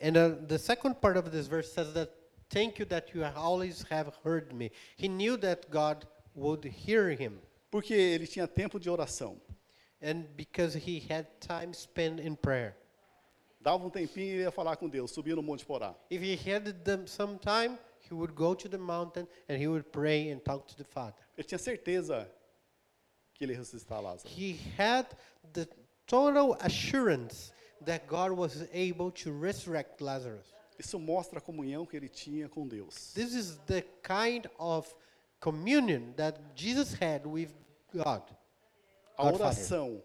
Speaker 2: and uh, the second part of this verse says that, Thank you that you always have heard me. He knew that God would hear him.
Speaker 1: Porque ele tinha tempo de oração.
Speaker 2: And because he had time spent in prayer.
Speaker 1: Dava um tempinho e ele ia falar com Deus, subia no Monte Porá.
Speaker 2: If he had them some time, he would go to the mountain and he would pray and talk to the Father.
Speaker 1: Ele tinha certeza que ele ia ressuscitar Lázaro.
Speaker 2: He had the total assurance that God was able to resurrect Lazarus.
Speaker 1: Isso mostra a comunhão que ele tinha com Deus.
Speaker 2: This is the kind of communion that Jesus had with God.
Speaker 1: A
Speaker 2: Godfather.
Speaker 1: oração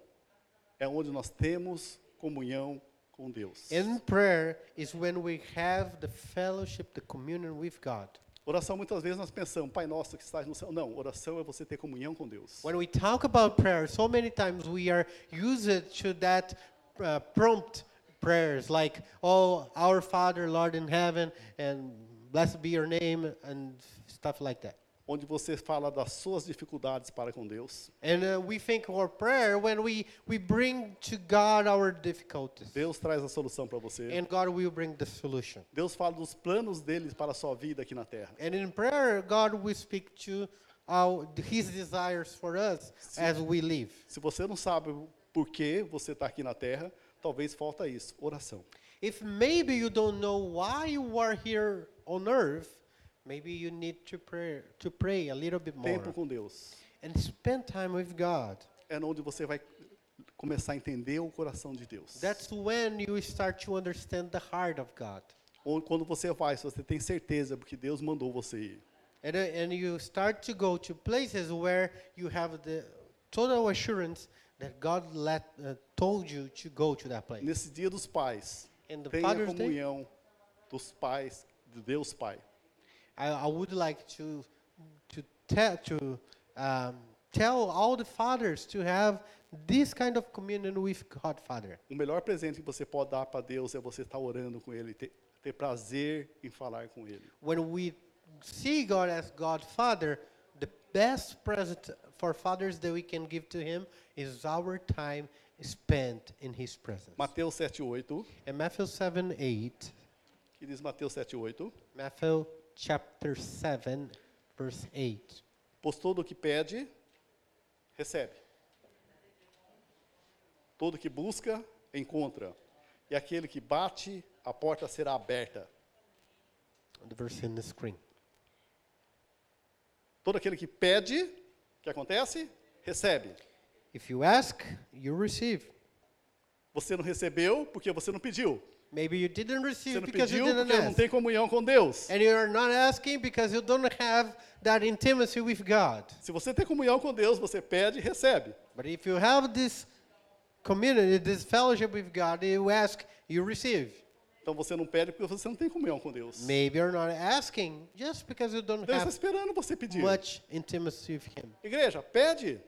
Speaker 1: é onde nós temos comunhão com Deus.
Speaker 2: And prayer is when we have the fellowship, the communion with God.
Speaker 1: Oração muitas vezes nós pensamos, Pai nosso que estás no céu. Não, oração é você ter comunhão com Deus.
Speaker 2: When we talk about prayer, so many times we are used to that uh, prompt prayers like, "Oh, our Father, Lord in heaven," and "Blessed be your name," and stuff like that.
Speaker 1: Onde você fala das suas dificuldades para com Deus.
Speaker 2: And uh, we think our prayer when we we bring to God our difficulties,
Speaker 1: Deus traz a solução para você.
Speaker 2: and God will bring the solution.
Speaker 1: Deus fala dos planos dele para a sua vida aqui na terra.
Speaker 2: And in prayer, God will speak to our, His desires for us as we live.
Speaker 1: Se você não sabe porque você está aqui na terra, talvez falta isso, oração.
Speaker 2: If maybe you don't know why you are here on earth, maybe you need to pray to pray a little bit more
Speaker 1: Tempo com Deus.
Speaker 2: and spend time with God.
Speaker 1: É onde você vai começar a entender o coração de Deus.
Speaker 2: That's when you start to understand the heart of God.
Speaker 1: Ou quando você vai, se você tem certeza porque Deus mandou você ir.
Speaker 2: And, uh, and you start to go to places where you have the total assurance that God let, uh, told you to go to that place.
Speaker 1: Nesse dia dos pais,
Speaker 2: And the
Speaker 1: tenha a
Speaker 2: Father's Day?
Speaker 1: comunhão dos pais, de Deus Pai.
Speaker 2: I, I would like to to tell to um, tell all the fathers to have this kind of communion with God Father.
Speaker 1: O melhor presente que você pode dar para Deus é você estar orando com Ele, ter, ter prazer em falar com Ele.
Speaker 2: When we see God as God Father, the best present for fathers that we can give to Him is our time spent in His presence.
Speaker 1: Mateus 7,8,
Speaker 2: And Matthew seven eight,
Speaker 1: que diz Mateus 7,8,
Speaker 2: Matthew chapter seven, verse eight.
Speaker 1: pois todo o que pede, recebe. Todo que busca, encontra. E aquele que bate, a porta será aberta.
Speaker 2: The verse in the screen.
Speaker 1: Todo aquele que pede, o que acontece? Recebe.
Speaker 2: If you ask, you receive.
Speaker 1: Você não recebeu porque você não pediu.
Speaker 2: Maybe you didn't
Speaker 1: Você
Speaker 2: receive
Speaker 1: não
Speaker 2: because you
Speaker 1: pediu
Speaker 2: didn't
Speaker 1: porque não
Speaker 2: ask.
Speaker 1: tem comunhão com Deus.
Speaker 2: And you are not asking because you don't have that intimacy with God.
Speaker 1: Se você tem comunhão com Deus, você pede e recebe.
Speaker 2: But if you have this community, this fellowship with God, you ask, you receive.
Speaker 1: Então você não pede porque você não tem comunhão com Deus.
Speaker 2: Maybe you're not asking just because you don't
Speaker 1: Deus está
Speaker 2: have
Speaker 1: esperando você pedir.
Speaker 2: much intimacy with Him.
Speaker 1: Igreja, pede.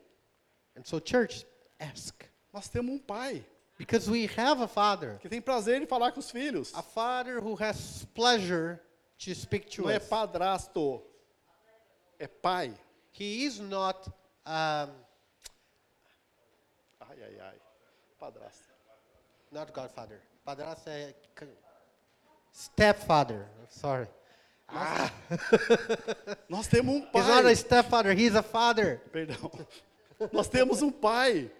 Speaker 2: And so, church, ask.
Speaker 1: Nós temos um pai
Speaker 2: Because we have a Father,
Speaker 1: que tem prazer em falar com os filhos.
Speaker 2: a Father who has pleasure to speak to
Speaker 1: Não é
Speaker 2: us.
Speaker 1: padrasto, é pai.
Speaker 2: He is not. Um,
Speaker 1: Ai, ai, ai. Padrasto.
Speaker 2: Not godfather. Padrasto é c- stepfather. Sorry. Ah,
Speaker 1: Nós temos um
Speaker 2: he's not
Speaker 1: pai.
Speaker 2: a stepfather. He's a father.
Speaker 1: Perdão. Nós temos um pai.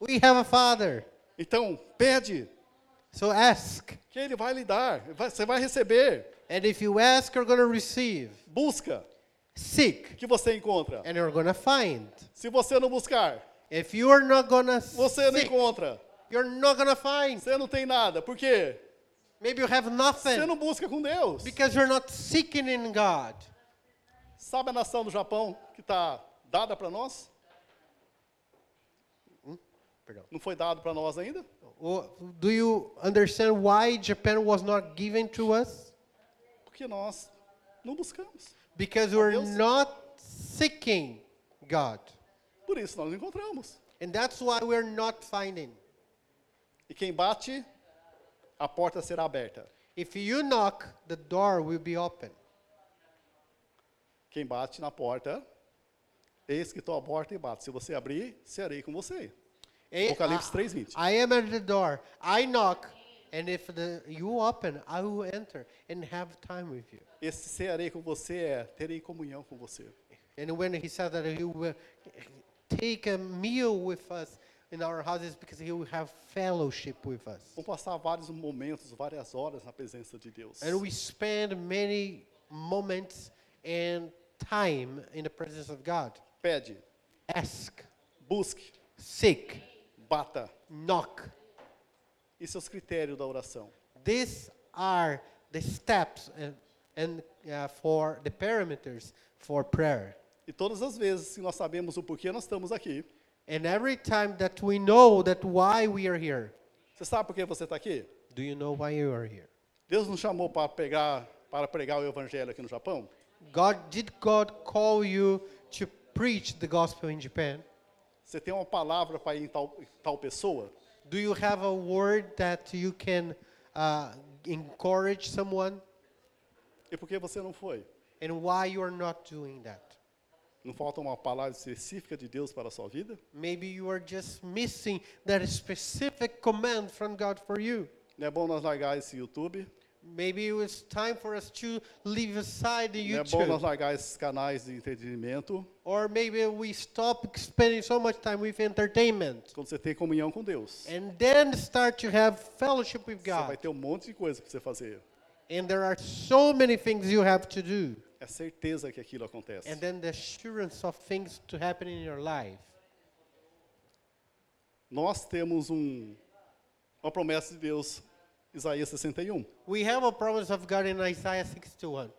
Speaker 2: We have a father.
Speaker 1: Então, pede,
Speaker 2: So ask,
Speaker 1: que ele vai lhe dar. Vai- Você vai receber.
Speaker 2: and if you ask, you're gonna receive.
Speaker 1: Busca,
Speaker 2: Seek,
Speaker 1: que você encontra.
Speaker 2: and you're gonna find.
Speaker 1: Se você não buscar,
Speaker 2: If you are not gonna
Speaker 1: você não
Speaker 2: seek,
Speaker 1: encontra.
Speaker 2: you're not gonna find.
Speaker 1: Você não tem nada. Por quê?
Speaker 2: Maybe you have
Speaker 1: Você
Speaker 2: nothing
Speaker 1: não busca com Deus.
Speaker 2: because you're not seeking in God.
Speaker 1: Sabe a nação do Japão que está dada para nós?
Speaker 2: Perdão.
Speaker 1: Não foi dado para nós ainda?
Speaker 2: O- Do you understand why Japan was not given to us?
Speaker 1: Porque nós não buscamos.
Speaker 2: Because we're
Speaker 1: Deus.
Speaker 2: not seeking God.
Speaker 1: Por isso nós não encontramos.
Speaker 2: And that's why we're not finding.
Speaker 1: E quem bate, a porta será aberta.
Speaker 2: If you knock, the door will be open.
Speaker 1: Quem bate na porta, eis que estou à porta e bato. Se você abrir, serei com você.
Speaker 2: Eh,
Speaker 1: Apocalipse
Speaker 2: I-
Speaker 1: 3:20.
Speaker 2: I am at the door. I knock, and if the, you open, I will enter and have time with you.
Speaker 1: Esse serei com você é terei comunhão com você.
Speaker 2: And when he said that he will take a meal with us in our houses because he will have fellowship with us.
Speaker 1: Vão passar vários momentos, várias horas na presença de Deus.
Speaker 2: And we spend many moments and time in the presence of God.
Speaker 1: Pede,
Speaker 2: ask,
Speaker 1: busque,
Speaker 2: seek,
Speaker 1: bata.
Speaker 2: knock.
Speaker 1: E seus critérios da oração.
Speaker 2: These are the steps and, and uh, for the parameters for prayer.
Speaker 1: E todas as vezes que nós sabemos o porquê nós estamos aqui,
Speaker 2: And every time that we know that why we are here,
Speaker 1: você sabe por que você está aqui?
Speaker 2: do you know why you are here?
Speaker 1: Deus nos chamou para pegar, para pregar o evangelho aqui no Japão.
Speaker 2: God did God call you to preach the gospel in Japan?
Speaker 1: Você tem uma palavra para ir em tal, tal pessoa?
Speaker 2: Do you have a word that you can uh, encourage someone?
Speaker 1: E por que você não foi?
Speaker 2: And why you are not doing that?
Speaker 1: Não falta uma palavra específica de Deus para a sua vida?
Speaker 2: Maybe you are just missing that specific command from God for you.
Speaker 1: Não é bom nós largar esse YouTube?
Speaker 2: Maybe it was time for us to leave aside the
Speaker 1: Não é bom nós
Speaker 2: YouTube.
Speaker 1: largar esses canais de entretenimento
Speaker 2: Or maybe we stop spending so much time with entertainment.
Speaker 1: quando você tem comunhão com Deus.
Speaker 2: And then start to have fellowship with
Speaker 1: Você vai
Speaker 2: God.
Speaker 1: ter um monte de coisa para você fazer.
Speaker 2: And there are so many things you have to do.
Speaker 1: É certeza que aquilo acontece.
Speaker 2: And then the assurance of things to happen in your life.
Speaker 1: Nós temos um, uma promessa de Deus, Isaías 61.
Speaker 2: We have a promise of God in Isaiah 61.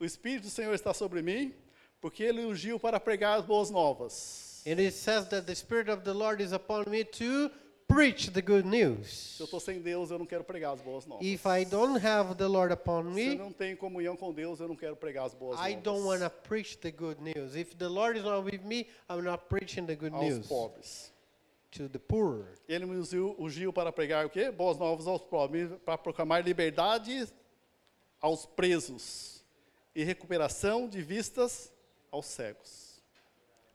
Speaker 1: O Espírito do Senhor está sobre mim, porque ele ungiu para pregar as boas novas.
Speaker 2: And it says that the Spirit of the Lord is upon me to preach the good news.
Speaker 1: Se eu estou sem Deus, eu não quero pregar as boas novas.
Speaker 2: If I don't have the Lord upon
Speaker 1: Se eu
Speaker 2: me,
Speaker 1: não tenho comunhão com Deus, eu não quero pregar as boas
Speaker 2: I
Speaker 1: novas
Speaker 2: don't want to preach the good news. If the Lord is not with me, I'm not preaching the good
Speaker 1: aos
Speaker 2: news
Speaker 1: pobres.
Speaker 2: to the poor.
Speaker 1: Ele me ungiu, ungiu para pregar o quê? Boas novas aos pobres, para proclamar liberdade aos presos e recuperação de vistas aos cegos.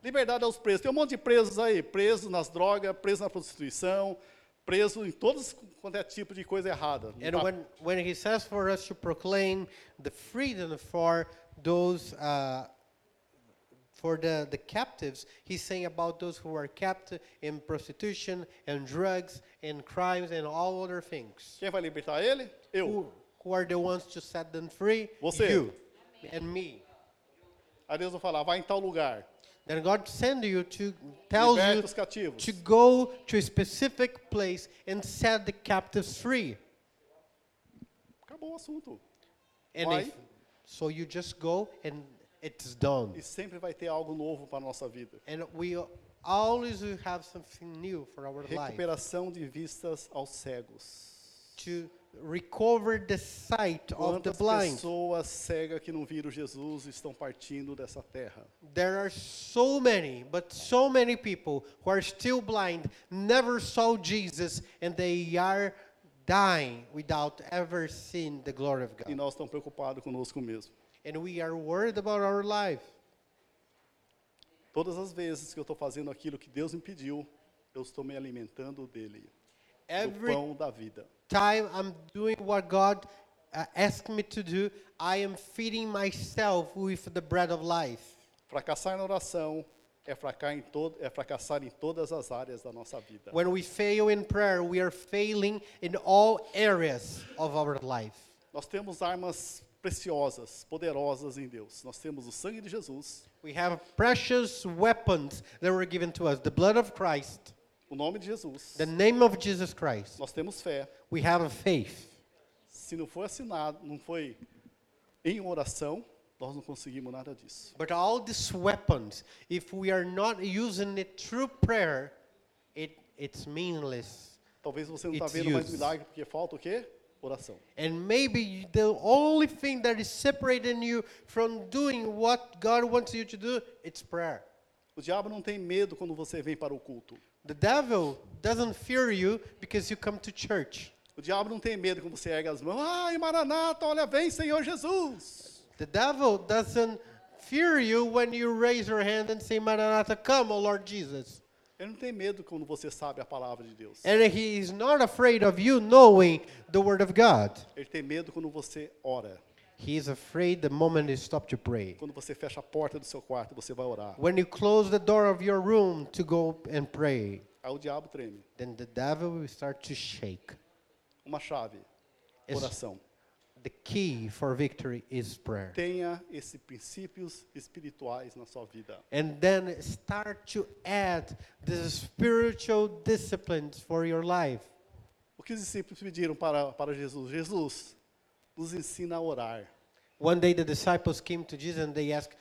Speaker 1: Liberdade aos presos. Tem um monte de presos aí, preso nas drogas, preso na prostituição, preso em todos quanto é tipo de coisa errada. Não
Speaker 2: And
Speaker 1: tá-
Speaker 2: when, when he says for us to proclaim the freedom for those, uh, for the, the captives, he's saying about those who are captive in prostitution and drugs and crimes and all other things.
Speaker 1: Quem vai libertar ele? Eu.
Speaker 2: Who, who are the ones to set them free?
Speaker 1: Você.
Speaker 2: You and me.
Speaker 1: Aí Deus vai falar, vai em tal lugar,
Speaker 2: Then God send you to tell
Speaker 1: liberta
Speaker 2: you
Speaker 1: os cativos.
Speaker 2: to go to a specific place and set the captives free.
Speaker 1: Acabou o assunto.
Speaker 2: And
Speaker 1: Why?
Speaker 2: if, so you just go and it's done.
Speaker 1: E sempre vai ter algo novo para a nossa vida.
Speaker 2: And we always will have something new for our life
Speaker 1: Recuperação de vistas aos cegos.
Speaker 2: to recover the sight of the
Speaker 1: Quantas
Speaker 2: blind.
Speaker 1: pessoas cegas que não viram Jesus estão partindo dessa terra?
Speaker 2: There are so many, but so many people who are still blind, never saw Jesus, and they are dying without ever seeing the glory of
Speaker 1: E
Speaker 2: God.
Speaker 1: nós estamos preocupados conosco mesmo.
Speaker 2: And we are worried about our life.
Speaker 1: Todas as vezes que eu estou fazendo aquilo que Deus me pediu, eu estou me alimentando dele, do
Speaker 2: Every
Speaker 1: pão da vida.
Speaker 2: time I'm doing what God uh, asked me to do, I am feeding myself with the bread of life.
Speaker 1: Fracassar na oração é fracassar em, to é fracassar em todas as áreas da nossa vida.
Speaker 2: When we fail in prayer, we are failing in all areas of our life.
Speaker 1: Nós temos armas preciosas, poderosas em Deus. Nós temos o sangue de Jesus,
Speaker 2: We have precious weapons that were given to us the blood of Christ,
Speaker 1: o nome de Jesus.
Speaker 2: the name of Jesus Christ.
Speaker 1: Nós temos fé.
Speaker 2: We have a faith.
Speaker 1: Se não foi assinado, não foi em oração, nós não conseguimos nada disso.
Speaker 2: But all these weapons, if we are not using it through prayer, it, it's meaningless.
Speaker 1: Talvez você não está
Speaker 2: It's
Speaker 1: vendo mais
Speaker 2: used.
Speaker 1: milagre porque falta o quê? Oração.
Speaker 2: And maybe the only thing that is separating you from doing what God wants you to do, it's prayer.
Speaker 1: O diabo não tem medo quando você vem para o culto.
Speaker 2: The devil doesn't fear you because you come to church.
Speaker 1: O diabo não tem medo quando você ergue as mãos. Ai, Maranata, olha, vem, Senhor Jesus.
Speaker 2: The devil doesn't fear you when you raise your hand and say, Maranatha, come, O Lord Jesus.
Speaker 1: Ele não tem medo quando você sabe a palavra de Deus.
Speaker 2: And he is not afraid of you knowing the word of God.
Speaker 1: Ele tem medo quando você ora.
Speaker 2: He is afraid the moment you stop to pray.
Speaker 1: Quando você fecha a porta do seu quarto, você vai orar.
Speaker 2: When you close the door of your room to go and pray,
Speaker 1: Aí o diabo treme.
Speaker 2: then the devil will start to shake.
Speaker 1: Uma chave.
Speaker 2: Isso.
Speaker 1: Oração.
Speaker 2: The key for victory is prayer.
Speaker 1: Tenha esses princípios espirituais na sua vida.
Speaker 2: And then start to add the spiritual disciplines for your life.
Speaker 1: O que os discípulos pediram para, para Jesus? Jesus, nos ensina a orar.
Speaker 2: One day the disciples came to Jesus and they asked,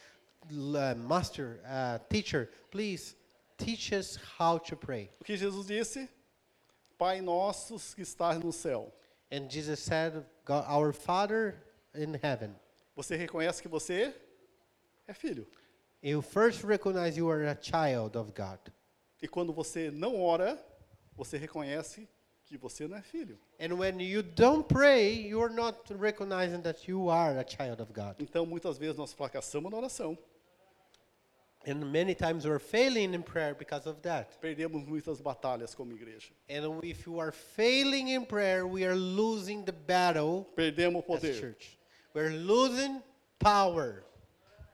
Speaker 2: "L- uh, Master, uh, teacher, please teach us how to pray.
Speaker 1: O que Jesus disse? Pai nossos que estás no céu.
Speaker 2: And Jesus said, God, Our Father in heaven,
Speaker 1: Você reconhece que você é filho.
Speaker 2: you first recognize you are a child of God.
Speaker 1: E quando você não ora, você reconhece que você não é filho.
Speaker 2: And when you don't pray, you are not recognizing that you are a child of God.
Speaker 1: Então, muitas vezes nós fracassamos na oração.
Speaker 2: And many times we're failing in prayer because of that.
Speaker 1: Perdemos muitas batalhas como igreja.
Speaker 2: And if you are failing in prayer, we are losing the battle
Speaker 1: Perdemos o
Speaker 2: as a
Speaker 1: poder.
Speaker 2: church. We're losing power.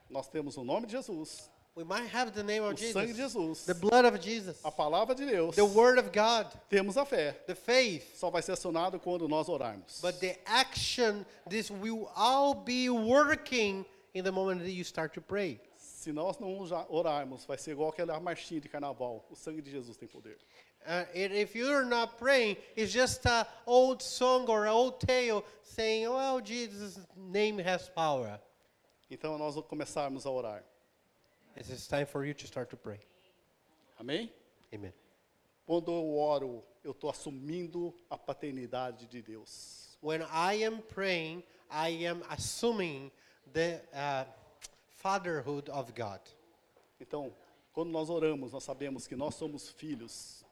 Speaker 1: Nós temos o nome de Jesus,
Speaker 2: We might have the name of
Speaker 1: o sangue de
Speaker 2: Oh, Jesus,
Speaker 1: Jesus,
Speaker 2: the blood of Jesus,
Speaker 1: a palavra de Deus.
Speaker 2: the word of God,
Speaker 1: Temos a fé.
Speaker 2: the faith.
Speaker 1: Só vai ser acionado quando nós orarmos.
Speaker 2: But the action, this will all be working in the moment that you start to pray.
Speaker 1: Se nós não usa- orarmos, vai ser igual aquela marchinha de carnaval. O sangue de Jesus tem poder.
Speaker 2: Uh, and if you're not praying, it's just an old song or an old tale saying, well, Jesus' name has power.
Speaker 1: Então nós começarmos a orar.
Speaker 2: It's just time for you to start to pray.
Speaker 1: Amém?
Speaker 2: Amen.
Speaker 1: Quando eu oro, eu estou assumindo a paternidade de Deus.
Speaker 2: When I am praying, I am assuming the uh, fatherhood of God.
Speaker 1: Então, quando nós oramos, nós sabemos que nós somos filhos.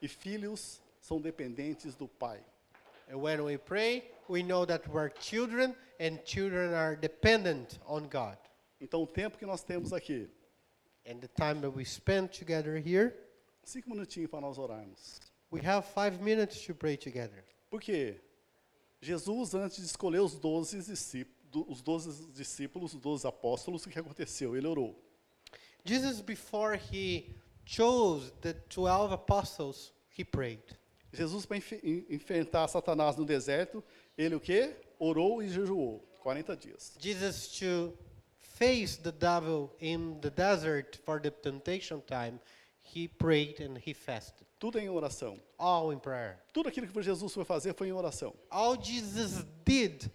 Speaker 1: E filhos são dependentes do Pai.
Speaker 2: And when we pray, we know that we're children and children are dependent on God.
Speaker 1: Então, o tempo que nós temos aqui,
Speaker 2: And the time that we spend together here,
Speaker 1: cinco minutinhos para nós orarmos.
Speaker 2: we have five minutes to pray together.
Speaker 1: Por quê? Jesus, antes de escolher os doze discípulos, os 12 discípulos, os 12 apóstolos, o que aconteceu? Ele orou.
Speaker 2: Jesus, before he chose the 12 apostles, he prayed.
Speaker 1: Jesus, para enfe- en- enfrentar Satanás no deserto, ele o quê? Orou e jejuou, 40 dias.
Speaker 2: Jesus, to face the devil in the desert for the temptation time, he prayed and he fasted.
Speaker 1: Tudo em oração.
Speaker 2: All in prayer.
Speaker 1: Tudo aquilo que Jesus foi fazer foi em oração.
Speaker 2: All Jesus did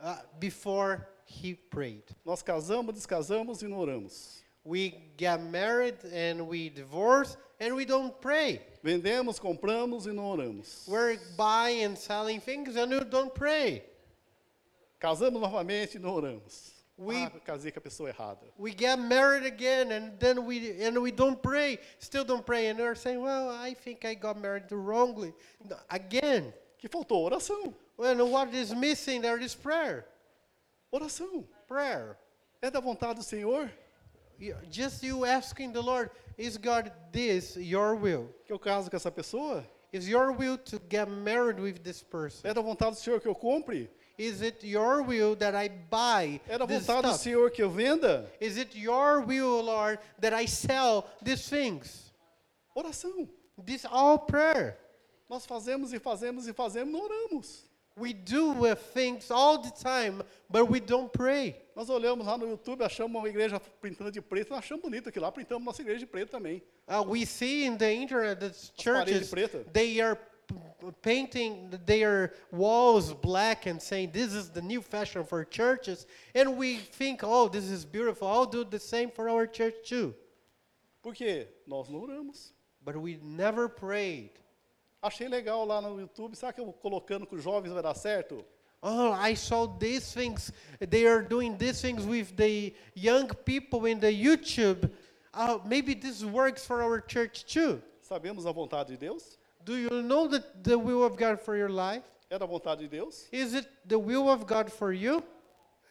Speaker 2: uh, before he prayed.
Speaker 1: Nós casamos, descasamos e não oramos.
Speaker 2: We get married and we divorce and we don't pray.
Speaker 1: Vendemos, compramos e não oramos.
Speaker 2: We're buying and selling things and we don't pray.
Speaker 1: Casamos novamente e não oramos.
Speaker 2: We-
Speaker 1: Ah, casei com a pessoa errada.
Speaker 2: We get married again and then we and we don't pray, still don't pray, and we're saying, Well, I think I got married wrongly. No, again.
Speaker 1: Que faltou oração.
Speaker 2: Well, what is missing there is prayer.
Speaker 1: Oração.
Speaker 2: Prayer.
Speaker 1: É da vontade do Senhor
Speaker 2: You- Just you asking the Lord, is God this your will?
Speaker 1: que eu caso com essa pessoa?
Speaker 2: Is your will to get married with this person?
Speaker 1: É da vontade do Senhor que eu compre?
Speaker 2: Is it your will that I buy
Speaker 1: É da
Speaker 2: this
Speaker 1: vontade do
Speaker 2: stuff?
Speaker 1: Senhor que eu venda?
Speaker 2: Is it your will, Lord, that I sell these things?
Speaker 1: Oração.
Speaker 2: This all prayer.
Speaker 1: Nós fazemos e fazemos e fazemos, não oramos.
Speaker 2: We do uh, things all the time, but we don't pray.
Speaker 1: Nós olhamos lá no YouTube, achamos uma igreja printando de preto, nós achamos bonito aquilo lá, printamos nossa igreja de preto também.
Speaker 2: Uh, we see in the internet that
Speaker 1: paredes
Speaker 2: churches
Speaker 1: preta.
Speaker 2: they are p- p- painting their walls black and saying this is the new fashion for churches, and we think, oh, this is beautiful. I'll do the same for our church too.
Speaker 1: Por quê? Nós não oramos.
Speaker 2: But we never prayed.
Speaker 1: Achei legal lá no YouTube, será que eu colocando com os jovens vai dar certo?
Speaker 2: Oh, I saw these things. They are doing these things with the young people in the YouTube. Oh, maybe this works for our church too.
Speaker 1: Sabemos a vontade de Deus?
Speaker 2: Do you know that the will of God for your life?
Speaker 1: É da vontade de Deus?
Speaker 2: Is it the will of God for you?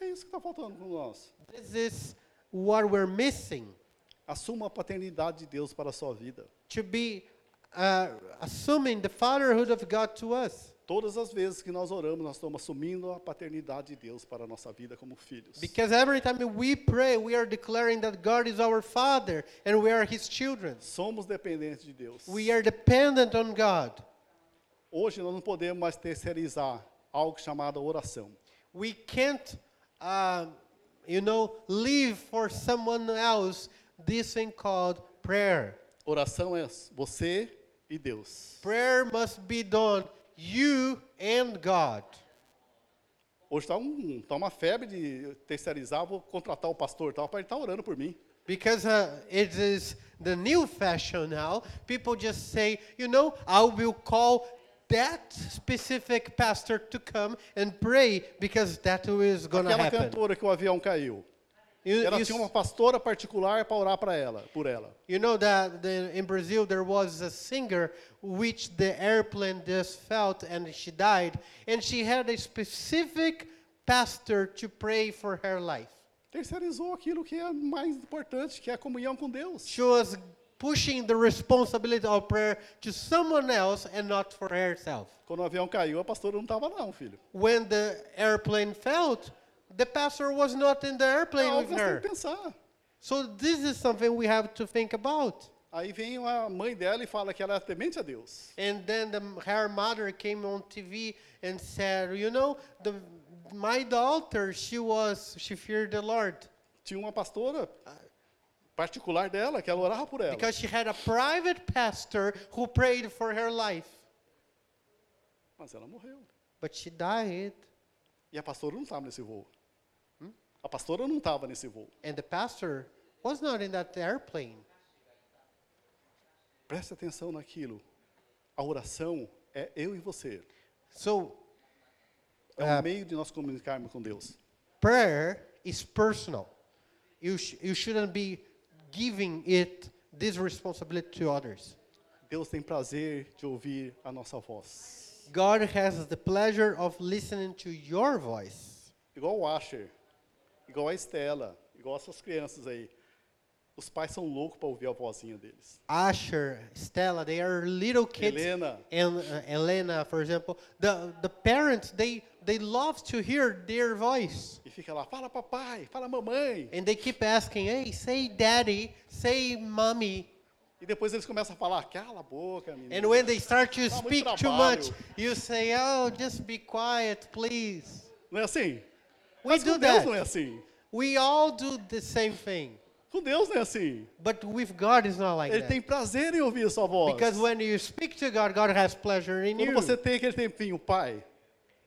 Speaker 1: É isso que está faltando com nós.
Speaker 2: This is what we're missing
Speaker 1: Assuma a paternidade de Deus para a sua vida.
Speaker 2: to be uh, assuming the fatherhood of God to us.
Speaker 1: Todas as vezes que nós oramos, nós estamos assumindo a paternidade de Deus para a nossa vida como filhos.
Speaker 2: Because every time we pray, we are declaring that God is our Father and we are His children.
Speaker 1: Somos dependentes de Deus.
Speaker 2: We are dependent on God.
Speaker 1: Hoje nós não podemos mais terceirizar algo chamado oração.
Speaker 2: We can't, uh, you know, leave for someone else this thing called prayer.
Speaker 1: Oração é você e Deus.
Speaker 2: Prayer must be done you and God.
Speaker 1: Hoje está um, tá uma febre de terceirizar, vou contratar o pastor e tal, para ele estar orando por mim.
Speaker 2: Because uh, it is the new fashion now. People just say, you know, I will call that specific pastor to come and pray because that is going to
Speaker 1: Aquela
Speaker 2: happen.
Speaker 1: cantora que o avião caiu.
Speaker 2: You,
Speaker 1: Ela
Speaker 2: you
Speaker 1: tinha
Speaker 2: s-
Speaker 1: uma pastora particular para orar para ela, por ela.
Speaker 2: you know that the, in Brazil there was a singer which the airplane just felt and she died, and she had a specific pastor to pray for her life.
Speaker 1: terceirizou aquilo que é mais importante, que é a comunhão com Deus.
Speaker 2: She was pushing the responsibility of prayer to someone else and not for herself.
Speaker 1: Quando o avião caiu, a pastora não estava não, filho.
Speaker 2: When the airplane fell, the pastor was not in the
Speaker 1: É
Speaker 2: airplane with
Speaker 1: algo que nós temos
Speaker 2: her.
Speaker 1: que pensar.
Speaker 2: So this is something we have to think about.
Speaker 1: Aí vem a mãe dela e fala que ela é temente a Deus.
Speaker 2: And then the, her mother came on TV and said, "You know, the my daughter, she was she feared the Lord
Speaker 1: Tinha uma pastora particular dela que ela orava por ela.
Speaker 2: because she had a private pastor who prayed for her life,
Speaker 1: Mas ela morreu.
Speaker 2: but she died,
Speaker 1: E a pastora não estava nesse voo. Hum? A pastora não estava nesse voo.
Speaker 2: and the pastor was not in that airplane."
Speaker 1: Preste atenção naquilo. A oração é eu e você.
Speaker 2: So
Speaker 1: É
Speaker 2: Ah.
Speaker 1: um meio de nós comunicarmos com Deus.
Speaker 2: prayer is personal. You sh- you shouldn't be giving it this responsibility to others.
Speaker 1: Deus tem prazer de ouvir a nossa voz.
Speaker 2: God has the pleasure of listening to your voice.
Speaker 1: Igual o Asher, igual a Estela, igual essas crianças aí. Os pais são loucos para ouvir a vozinha deles.
Speaker 2: Asher, Stella, they are little kids.
Speaker 1: Helena.
Speaker 2: And uh, Elena, for example, the the parents they they love to hear their voice,
Speaker 1: E fica lá, fala papai, fala mamãe.
Speaker 2: and they keep asking, "Hey, say daddy, say mommy."
Speaker 1: E depois eles começam a falar, cala a boca, menina.
Speaker 2: And when they start to
Speaker 1: Dá muito
Speaker 2: speak too much,
Speaker 1: trabalho.
Speaker 2: you say, "Oh, just be quiet, please."
Speaker 1: Não é assim?
Speaker 2: We
Speaker 1: Mas
Speaker 2: do
Speaker 1: com Deus
Speaker 2: that.
Speaker 1: não é assim.
Speaker 2: We all do the same thing,
Speaker 1: Com Deus não é assim.
Speaker 2: but with God it's not like
Speaker 1: Ele
Speaker 2: that.
Speaker 1: tem prazer em ouvir a sua voz.
Speaker 2: É. because when you speak to God, God has pleasure in
Speaker 1: Quando
Speaker 2: you.
Speaker 1: você tem aquele tempinho, pai,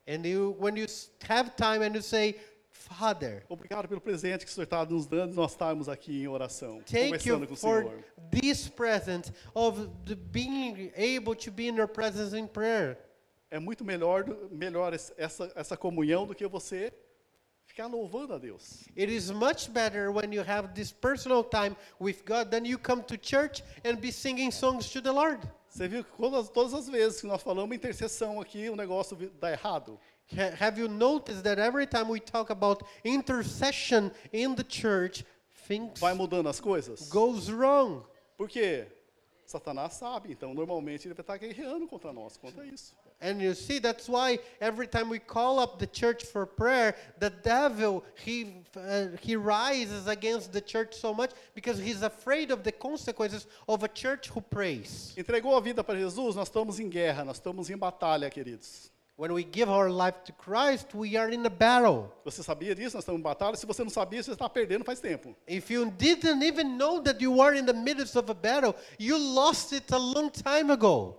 Speaker 2: And you, when you s- have time and you say, Father,
Speaker 1: obrigado pelo presente que o Senhor está nos dando, nós estarmos aqui em oração,
Speaker 2: thank
Speaker 1: conversando
Speaker 2: you
Speaker 1: com o
Speaker 2: for
Speaker 1: Senhor.
Speaker 2: this presence of the being able to be in your presence in prayer.
Speaker 1: É muito melhor, do- melhor es- essa, essa comunhão do que você ficar louvando a Deus.
Speaker 2: It is much better when you have this personal time with God than you come to church and be singing songs to the Lord.
Speaker 1: Você viu que todas, todas as vezes que nós falamos intercessão aqui, o negócio vi- dá errado.
Speaker 2: Ha- Have you noticed that every time we talk about intercession in the church, things
Speaker 1: Vai mudando as coisas.
Speaker 2: goes wrong?
Speaker 1: Por quê? Satanás sabe, então normalmente ele vai estar guerreando contra nós, contra isso.
Speaker 2: And you see, that's why every time we call up the church for prayer, the devil he uh, he rises against the church so much because he's afraid of the consequences of a church who prays.
Speaker 1: Entregou a vida para Jesus, nós estamos em guerra, nós estamos em batalha, queridos.
Speaker 2: When we give our life to Christ, we are in a battle.
Speaker 1: Você sabia disso? Nós estamos em batalha. Se você não sabia, você está perdendo faz tempo.
Speaker 2: If you didn't even know that you were in the midst of a battle, you lost it a long time ago.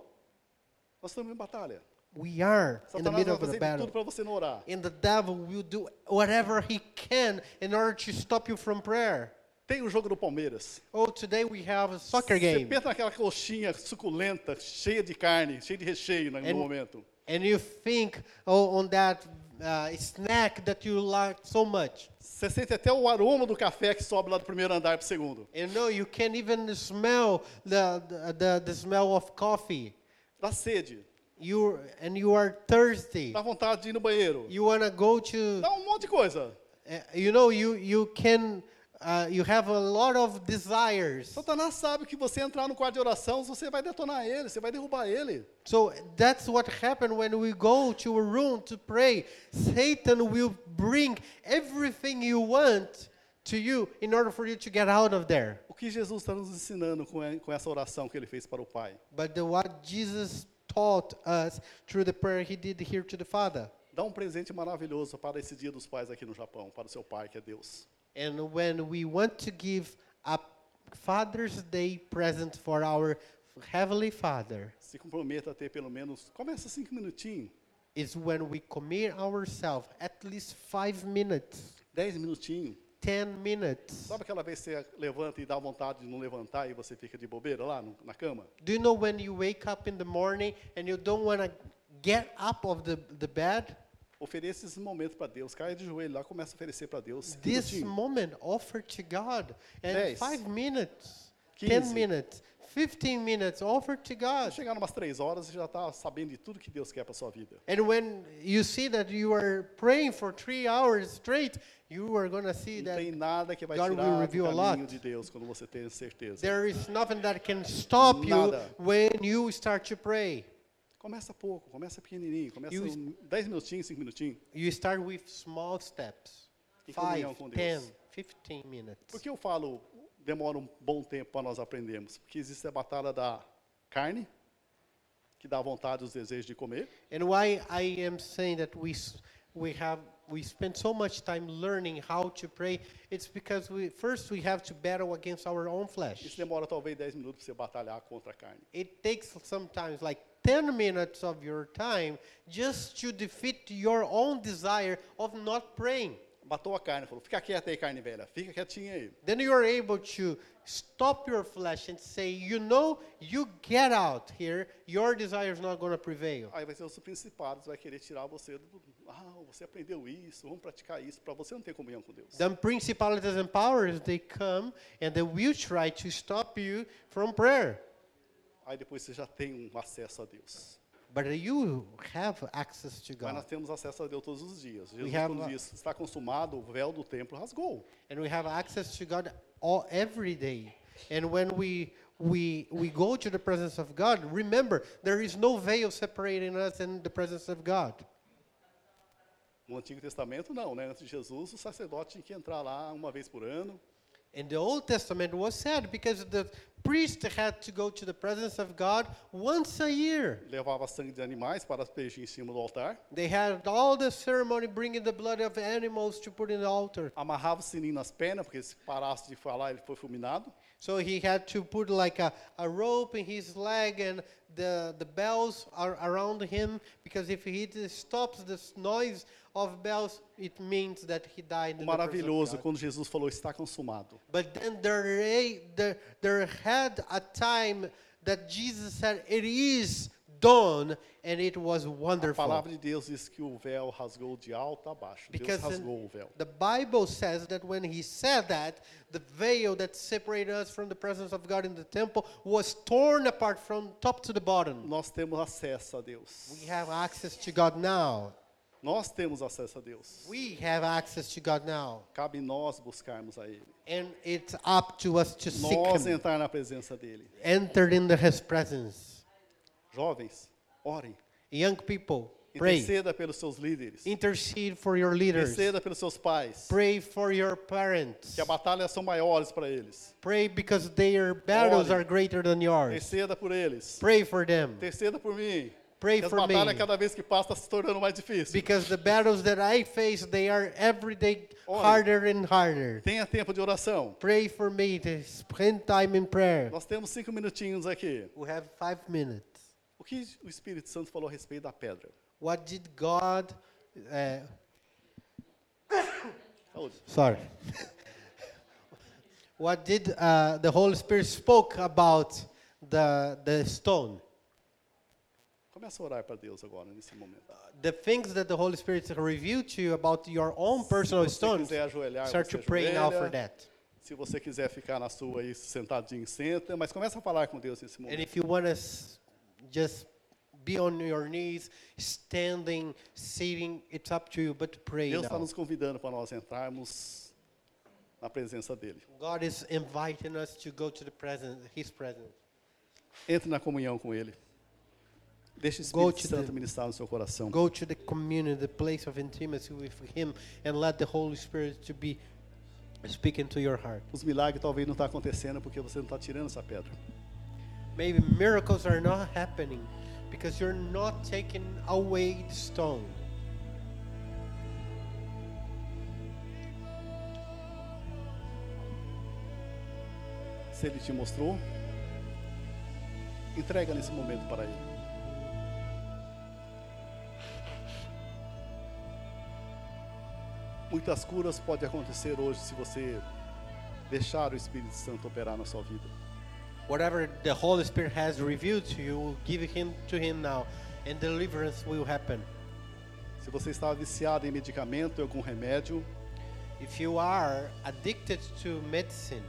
Speaker 1: Nós estamos em batalha.
Speaker 2: We are in the
Speaker 1: Satanás
Speaker 2: middle
Speaker 1: vai
Speaker 2: of a
Speaker 1: fazer de
Speaker 2: battle.
Speaker 1: tudo para você não orar.
Speaker 2: And the devil will do whatever he can in order to stop you from prayer.
Speaker 1: Tem o jogo do Palmeiras.
Speaker 2: Oh, today we have a soccer
Speaker 1: Você
Speaker 2: game.
Speaker 1: pensa naquela coxinha suculenta, cheia de carne, cheia de recheio na- no
Speaker 2: And-
Speaker 1: momento.
Speaker 2: And you think oh, on that uh, snack that you like so much.
Speaker 1: Você sente até o aroma do café que sobe lá do primeiro andar para o segundo.
Speaker 2: And no, you can even smell the, the, the, the smell of coffee.
Speaker 1: Dá sede,
Speaker 2: You and you are thirsty.
Speaker 1: dá vontade de ir no banheiro.
Speaker 2: You wanna go to
Speaker 1: Dá um monte de coisa.
Speaker 2: Uh, you know you you can uh, you have a lot of desires
Speaker 1: Satanás sabe que você entrar no quarto de oração, você vai detonar ele, você vai derrubar ele.
Speaker 2: so that's what happened when we go to a room to pray satan will bring everything you want to you in order for you to get out of there
Speaker 1: O que Jesus está nos ensinando com e- com essa oração que ele fez para o Pai?
Speaker 2: but the, what jesus taught us through the prayer he did here to the father
Speaker 1: Dá um presente maravilhoso para esse Dia dos Pais aqui no Japão, para o seu pai, que é Deus.
Speaker 2: and when we want to give a father's day present for our heavenly father
Speaker 1: Se comprometa a ter pelo menos. Começa cinco minutinhos,
Speaker 2: is when we commit ourselves at least five minutes,
Speaker 1: dez minutinhos.
Speaker 2: 10 minutes.
Speaker 1: Sabe aquela vez que você levanta e dá vontade de não levantar e você fica de bobeira lá no- na cama?
Speaker 2: Do you know when you wake up in the morning and you don't want to get up of the, the bed?
Speaker 1: Ofereça esse momento para Deus. Caia de joelho lá, começa a oferecer para Deus. cinco
Speaker 2: This
Speaker 1: minutinhos.
Speaker 2: moment offered to God. And
Speaker 1: Dez.
Speaker 2: five minutes,
Speaker 1: Quinze.
Speaker 2: 10 minutes, 15 minutes offered to God.
Speaker 1: Chegar umas três horas, você já está sabendo de tudo que Deus quer para sua vida.
Speaker 2: And when you see that you are praying for three hours straight, you are going to see
Speaker 1: Não tem
Speaker 2: that
Speaker 1: nada que vai
Speaker 2: God will
Speaker 1: tirar do
Speaker 2: reveal a lot.
Speaker 1: caminho de Deus quando você tem certeza.
Speaker 2: there is nothing that can stop you
Speaker 1: Nada.
Speaker 2: when you start to pray.
Speaker 1: Começa pouco, começa pequenininho, começa
Speaker 2: E o-
Speaker 1: um- 10 minutinhos, 5 minutinhos.
Speaker 2: You start with small steps
Speaker 1: Em comunhão
Speaker 2: 5,
Speaker 1: com Deus.
Speaker 2: 10, 15 minutes.
Speaker 1: Por que eu falo demora um bom tempo para nós aprendermos? Porque existe a batalha da carne, que dá vontade, os desejos de comer,
Speaker 2: And why I am saying that we s- we have we spend so much time learning how to pray, it's because we first we have to battle against our own
Speaker 1: Isso
Speaker 2: flesh.
Speaker 1: demora talvez 10 minutos para você batalhar contra a carne.
Speaker 2: It takes sometimes like 10 minutes of your time just to defeat your own desire of not praying.
Speaker 1: Matou a carne, falou: fica quieta aí, carne velha, fica quietinha aí.
Speaker 2: Then you are able to stop your flesh and say, you know, you get out here, your desire is not going to prevail.
Speaker 1: Aí vai ser os principados, vai querer tirar você do. Ah, você aprendeu isso, vamos praticar isso, para você não ter comunhão com Deus.
Speaker 2: Then principalities and powers they come and they will try to stop you from prayer.
Speaker 1: Aí depois você já tem um acesso a Deus.
Speaker 2: But you have access to
Speaker 1: Mas
Speaker 2: God.
Speaker 1: nós temos acesso a Deus todos os dias. Jesus,
Speaker 2: have
Speaker 1: quando
Speaker 2: a-
Speaker 1: diz, está consumado, o véu do templo rasgou.
Speaker 2: And we have access to God all every day. And when we we we go to the presence of God, remember there is no veil separating us and the presence of God.
Speaker 1: No Antigo Testamento, não, né? Antes de Jesus, o sacerdote tinha que entrar lá uma vez por ano.
Speaker 2: In the Old Testament was said because the priest had to go to the presence of God once a year.
Speaker 1: Levava sangue de animais para aspergir em cima do altar.
Speaker 2: They had all the ceremony bringing the blood of animals to put in the altar.
Speaker 1: Amarrava o sininho nas pernas, porque se parasse de falar, ele foi fulminado.
Speaker 2: So he had to put like a, a rope in his leg and the, the bells are around him because if he just stops this noise of bells, it means that he died.
Speaker 1: O
Speaker 2: in the presence of
Speaker 1: maravilhoso,
Speaker 2: God.
Speaker 1: quando Jesus falou, está consumado.
Speaker 2: But then there, a- there, there had a time that Jesus said, It is done, and it was
Speaker 1: A
Speaker 2: wonderful.
Speaker 1: palavra de Deus diz que o véu rasgou de alto a baixo. Deus
Speaker 2: Because in-
Speaker 1: rasgou o véu.
Speaker 2: the Bible says that when he said that, the veil that separated us from the presence of God in the temple was torn apart from top to the bottom.
Speaker 1: Nós temos acesso a Deus.
Speaker 2: We have access to God now.
Speaker 1: Nós temos acesso a Deus.
Speaker 2: We have access to God now.
Speaker 1: Cabe nós buscarmos a Ele.
Speaker 2: And it's up to us to seek
Speaker 1: Nós
Speaker 2: Him.
Speaker 1: entrar na presença dEle.
Speaker 2: Enter into His presence.
Speaker 1: Jovens, orem.
Speaker 2: Young people, pray.
Speaker 1: Interceda pelos seus líderes.
Speaker 2: Intercede for your leaders.
Speaker 1: Interceda pelos seus pais.
Speaker 2: Pray for your parents.
Speaker 1: Que as batalhas são maiores para eles.
Speaker 2: Pray because their battles
Speaker 1: Ore.
Speaker 2: are greater than yours.
Speaker 1: Interceda por eles.
Speaker 2: Pray for them.
Speaker 1: Interceda por mim.
Speaker 2: Pray
Speaker 1: Que as
Speaker 2: for me.
Speaker 1: batalhas cada vez que passa se tornando mais difícil.
Speaker 2: Because the battles that I face, they are every day
Speaker 1: Ore.
Speaker 2: harder and harder.
Speaker 1: Tenha tempo de oração.
Speaker 2: Pray for me to spend time in prayer.
Speaker 1: Nós temos cinco minutinhos aqui.
Speaker 2: We have five minutes.
Speaker 1: O que o Espírito Santo falou a respeito da pedra?
Speaker 2: What did God? Uh,
Speaker 1: Saúde.
Speaker 2: sorry. what did uh, the Holy Spirit spoke about the the stone?
Speaker 1: Começa a orar para Deus agora, nesse momento.
Speaker 2: The things that the Holy Spirit revealed to you about your own personal
Speaker 1: Se você
Speaker 2: stones.
Speaker 1: quiser ajoelhar,
Speaker 2: Start
Speaker 1: você
Speaker 2: to pray now for
Speaker 1: ajoelha.
Speaker 2: that.
Speaker 1: Se você quiser ficar na sua aí, sentadinho, senta. Mas começa a falar com Deus nesse
Speaker 2: And
Speaker 1: momento.
Speaker 2: if you want to just be on your knees, standing, sitting, it's up to you, but pray
Speaker 1: Deus está
Speaker 2: now.
Speaker 1: nos convidando para nós entrarmos na presença dEle.
Speaker 2: God is inviting us to go to the presence, His presence.
Speaker 1: Entre na comunhão com Ele. Deixe o
Speaker 2: Go
Speaker 1: Espírito
Speaker 2: to
Speaker 1: Santo
Speaker 2: the-
Speaker 1: ministrar no seu coração.
Speaker 2: Go to the community, the place of intimacy with Him, and let the Holy Spirit to be speaking to your heart.
Speaker 1: Os milagres talvez não estão acontecendo porque você não está tirando essa pedra.
Speaker 2: Maybe miracles are not happening because you're not taking away the stone.
Speaker 1: Se Ele te mostrou, entrega nesse momento para Ele. Muitas curas podem acontecer hoje se você deixar o Espírito Santo operar na sua vida.
Speaker 2: Whatever the Holy Spirit has revealed to you, give Him to Him now, and deliverance will happen.
Speaker 1: Se você está viciado em medicamento, em algum remédio,
Speaker 2: If you are addicted to medicine,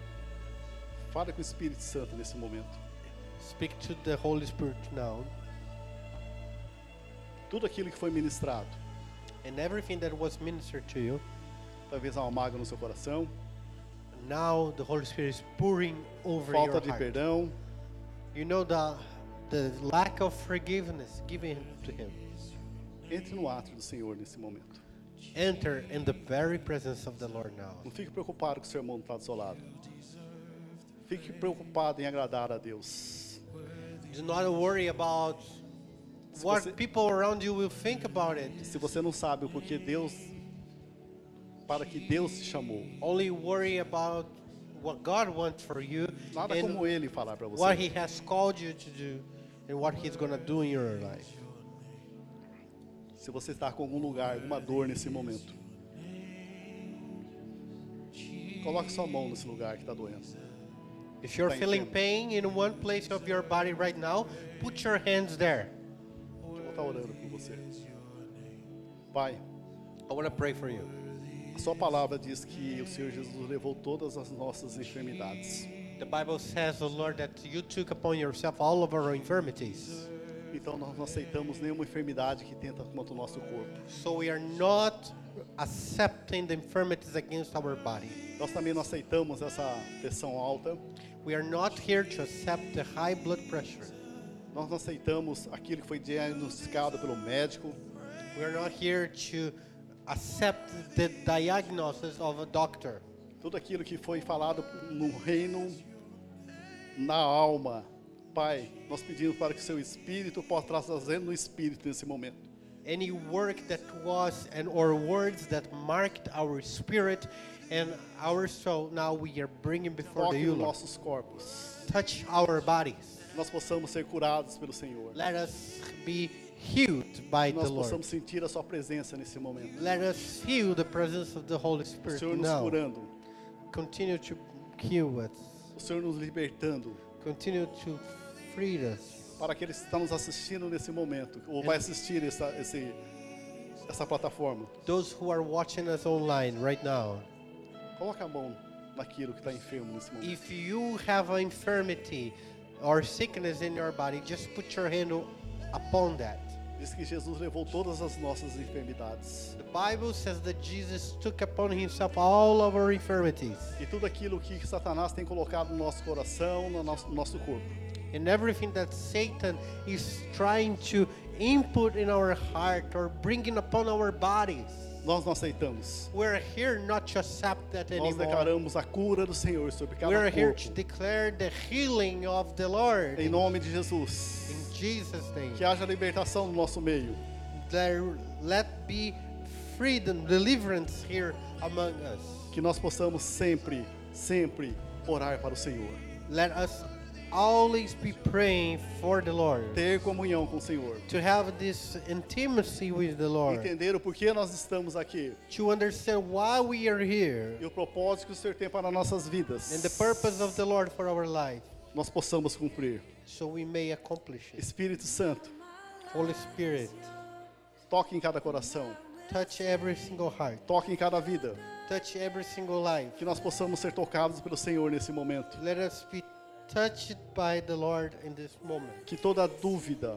Speaker 1: fale com o Espírito Santo nesse momento.
Speaker 2: Speak to the Holy Spirit now.
Speaker 1: Tudo aquilo que foi ministrado.
Speaker 2: And everything that was ministered to you,
Speaker 1: Talvez há uma mágoa no seu coração,
Speaker 2: now the Holy Spirit is pouring over
Speaker 1: falta
Speaker 2: your
Speaker 1: de
Speaker 2: heart.
Speaker 1: perdão,
Speaker 2: You know the the lack of forgiveness given to him.
Speaker 1: entre no ato do Senhor nesse momento.
Speaker 2: Enter in the very presence of the Lord now.
Speaker 1: Não fique preocupado com o seu irmão que está do seu lado. Fique preocupado em agradar a Deus.
Speaker 2: Do not worry about what
Speaker 1: você-
Speaker 2: people around you will think about it.
Speaker 1: Se você não sabe o porquê Deus, para que Deus te chamou,
Speaker 2: Only worry about what God wants for you
Speaker 1: nada
Speaker 2: and
Speaker 1: como Ele falar para
Speaker 2: what
Speaker 1: você.
Speaker 2: He has called you to do and what He's gonna do in your life.
Speaker 1: Se você está com algum lugar, alguma dor nesse momento, coloque sua mão nesse lugar que está doendo.
Speaker 2: If you're
Speaker 1: Thank
Speaker 2: feeling
Speaker 1: you.
Speaker 2: pain in one place of your body right now, put your hands there.
Speaker 1: Eu vou estar orando por você. Pai,
Speaker 2: I wanna pray for you.
Speaker 1: a sua palavra diz que o Senhor Jesus levou todas as nossas enfermidades.
Speaker 2: The Bible says, O Lord, that you took upon yourself all of our infirmities.
Speaker 1: Então nós não aceitamos nenhuma enfermidade que tenta contra o nosso corpo.
Speaker 2: So we are not accepting the infirmities against our body.
Speaker 1: Nós também não aceitamos essa pressão alta.
Speaker 2: We are not here to accept the high blood pressure.
Speaker 1: Nós não aceitamos aquilo que foi diagnosticado pelo médico.
Speaker 2: We are not here to accept the diagnosis of a doctor.
Speaker 1: Tudo aquilo que foi falado no reino, na alma. Pai, nós pedimos para que o seu espírito possa trazer no espírito nesse momento.
Speaker 2: Any work that was and or words that marked our spirit and our soul, now we are bringing before
Speaker 1: Toque
Speaker 2: you,
Speaker 1: nos
Speaker 2: Lord.
Speaker 1: nossos corpos.
Speaker 2: Touch our bodies.
Speaker 1: Nós possamos ser curados pelo Senhor.
Speaker 2: Let us be healed by the
Speaker 1: Nós
Speaker 2: Lord.
Speaker 1: possamos sentir a sua presença nesse momento.
Speaker 2: Let us feel the presence of the Holy
Speaker 1: O
Speaker 2: Spirit
Speaker 1: Senhor nos
Speaker 2: now.
Speaker 1: curando,
Speaker 2: Continue to heal us.
Speaker 1: o Senhor nos libertando.
Speaker 2: Continue to free us.
Speaker 1: Para aqueles que estão nos assistindo nesse momento, ou vai assistir essa, esse, essa plataforma,
Speaker 2: Those who are watching us online right now,
Speaker 1: coloca a mão naquilo que está enfermo nesse momento.
Speaker 2: if you have an infirmity or sickness in your body, just put your hand o- upon that.
Speaker 1: Diz que Jesus levou todas as nossas enfermidades.
Speaker 2: The Bible says that Jesus took upon himself all of our infirmities
Speaker 1: E tudo aquilo que Satanás tem colocado no nosso coração, no nosso, no nosso corpo.
Speaker 2: and everything that Satan is trying to input in our heart or bringing upon our bodies.
Speaker 1: Nós não aceitamos.
Speaker 2: We're here not to accept that
Speaker 1: Nós
Speaker 2: anymore.
Speaker 1: declaramos a cura do Senhor sobre cada
Speaker 2: We're here to
Speaker 1: corpo.
Speaker 2: declare the healing of the Lord
Speaker 1: Em
Speaker 2: in
Speaker 1: nome de Jesus.
Speaker 2: Jesus' name.
Speaker 1: Que haja libertação no nosso meio.
Speaker 2: There, let be freedom, deliverance here among us.
Speaker 1: Que nós possamos sempre, sempre orar para o Senhor.
Speaker 2: Let us always be praying for the Lord,
Speaker 1: Ter comunhão com o Senhor.
Speaker 2: to have this intimacy with the Lord,
Speaker 1: Entender o porquê nós estamos aqui.
Speaker 2: to understand why we are here
Speaker 1: E o propósito que o Senhor tem para nossas vidas.
Speaker 2: and the purpose of the Lord for our life,
Speaker 1: Nós possamos cumprir.
Speaker 2: so we may accomplish it.
Speaker 1: Espírito Santo,
Speaker 2: Holy Spirit,
Speaker 1: toque em cada coração.
Speaker 2: touch every single heart.
Speaker 1: Toque em cada vida.
Speaker 2: touch every single life.
Speaker 1: Que nós possamos ser tocados pelo Senhor nesse momento.
Speaker 2: Let us be touched by the Lord in this moment.
Speaker 1: Que toda dúvida,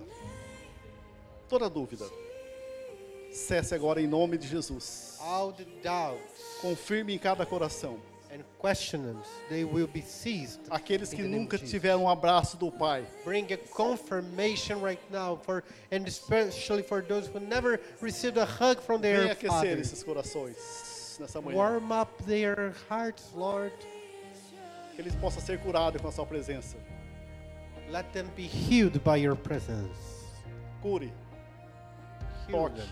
Speaker 1: toda dúvida, cesse agora em nome de Jesus.
Speaker 2: All the doubts
Speaker 1: Confirme em cada coração.
Speaker 2: and questions, they will be ceased.
Speaker 1: Aqueles que
Speaker 2: In the name of
Speaker 1: nunca
Speaker 2: Jesus.
Speaker 1: tiveram um abraço do Pai,
Speaker 2: Bring a confirmation right now for and especially for those who never received a hug from
Speaker 1: venha
Speaker 2: their
Speaker 1: aquecer
Speaker 2: father.
Speaker 1: esses corações nessa manhã.
Speaker 2: Warm up their hearts, Lord.
Speaker 1: Que eles possam ser curados com a sua presença.
Speaker 2: Let them be healed by your presence.
Speaker 1: Cure,
Speaker 2: Heal
Speaker 1: Toque.
Speaker 2: them.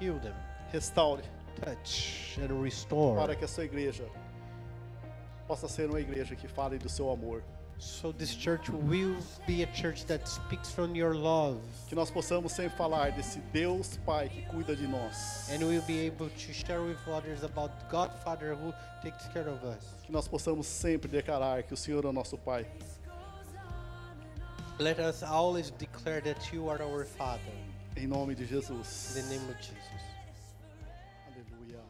Speaker 2: Heal them.
Speaker 1: restaure,
Speaker 2: Touch and restore.
Speaker 1: para que a sua igreja possa ser uma igreja que fale do seu amor.
Speaker 2: So this church will be a church that speaks from your love,
Speaker 1: Que nós possamos sempre falar desse Deus Pai que cuida de nós.
Speaker 2: and we'll be able to share with others about God Father who takes care of us.
Speaker 1: Que nós possamos sempre declarar que o Senhor é o nosso Pai.
Speaker 2: Let us always declare that you are our Father.
Speaker 1: Em nome de
Speaker 2: In the
Speaker 1: Jesus.
Speaker 2: name of Jesus.
Speaker 1: Aleluia.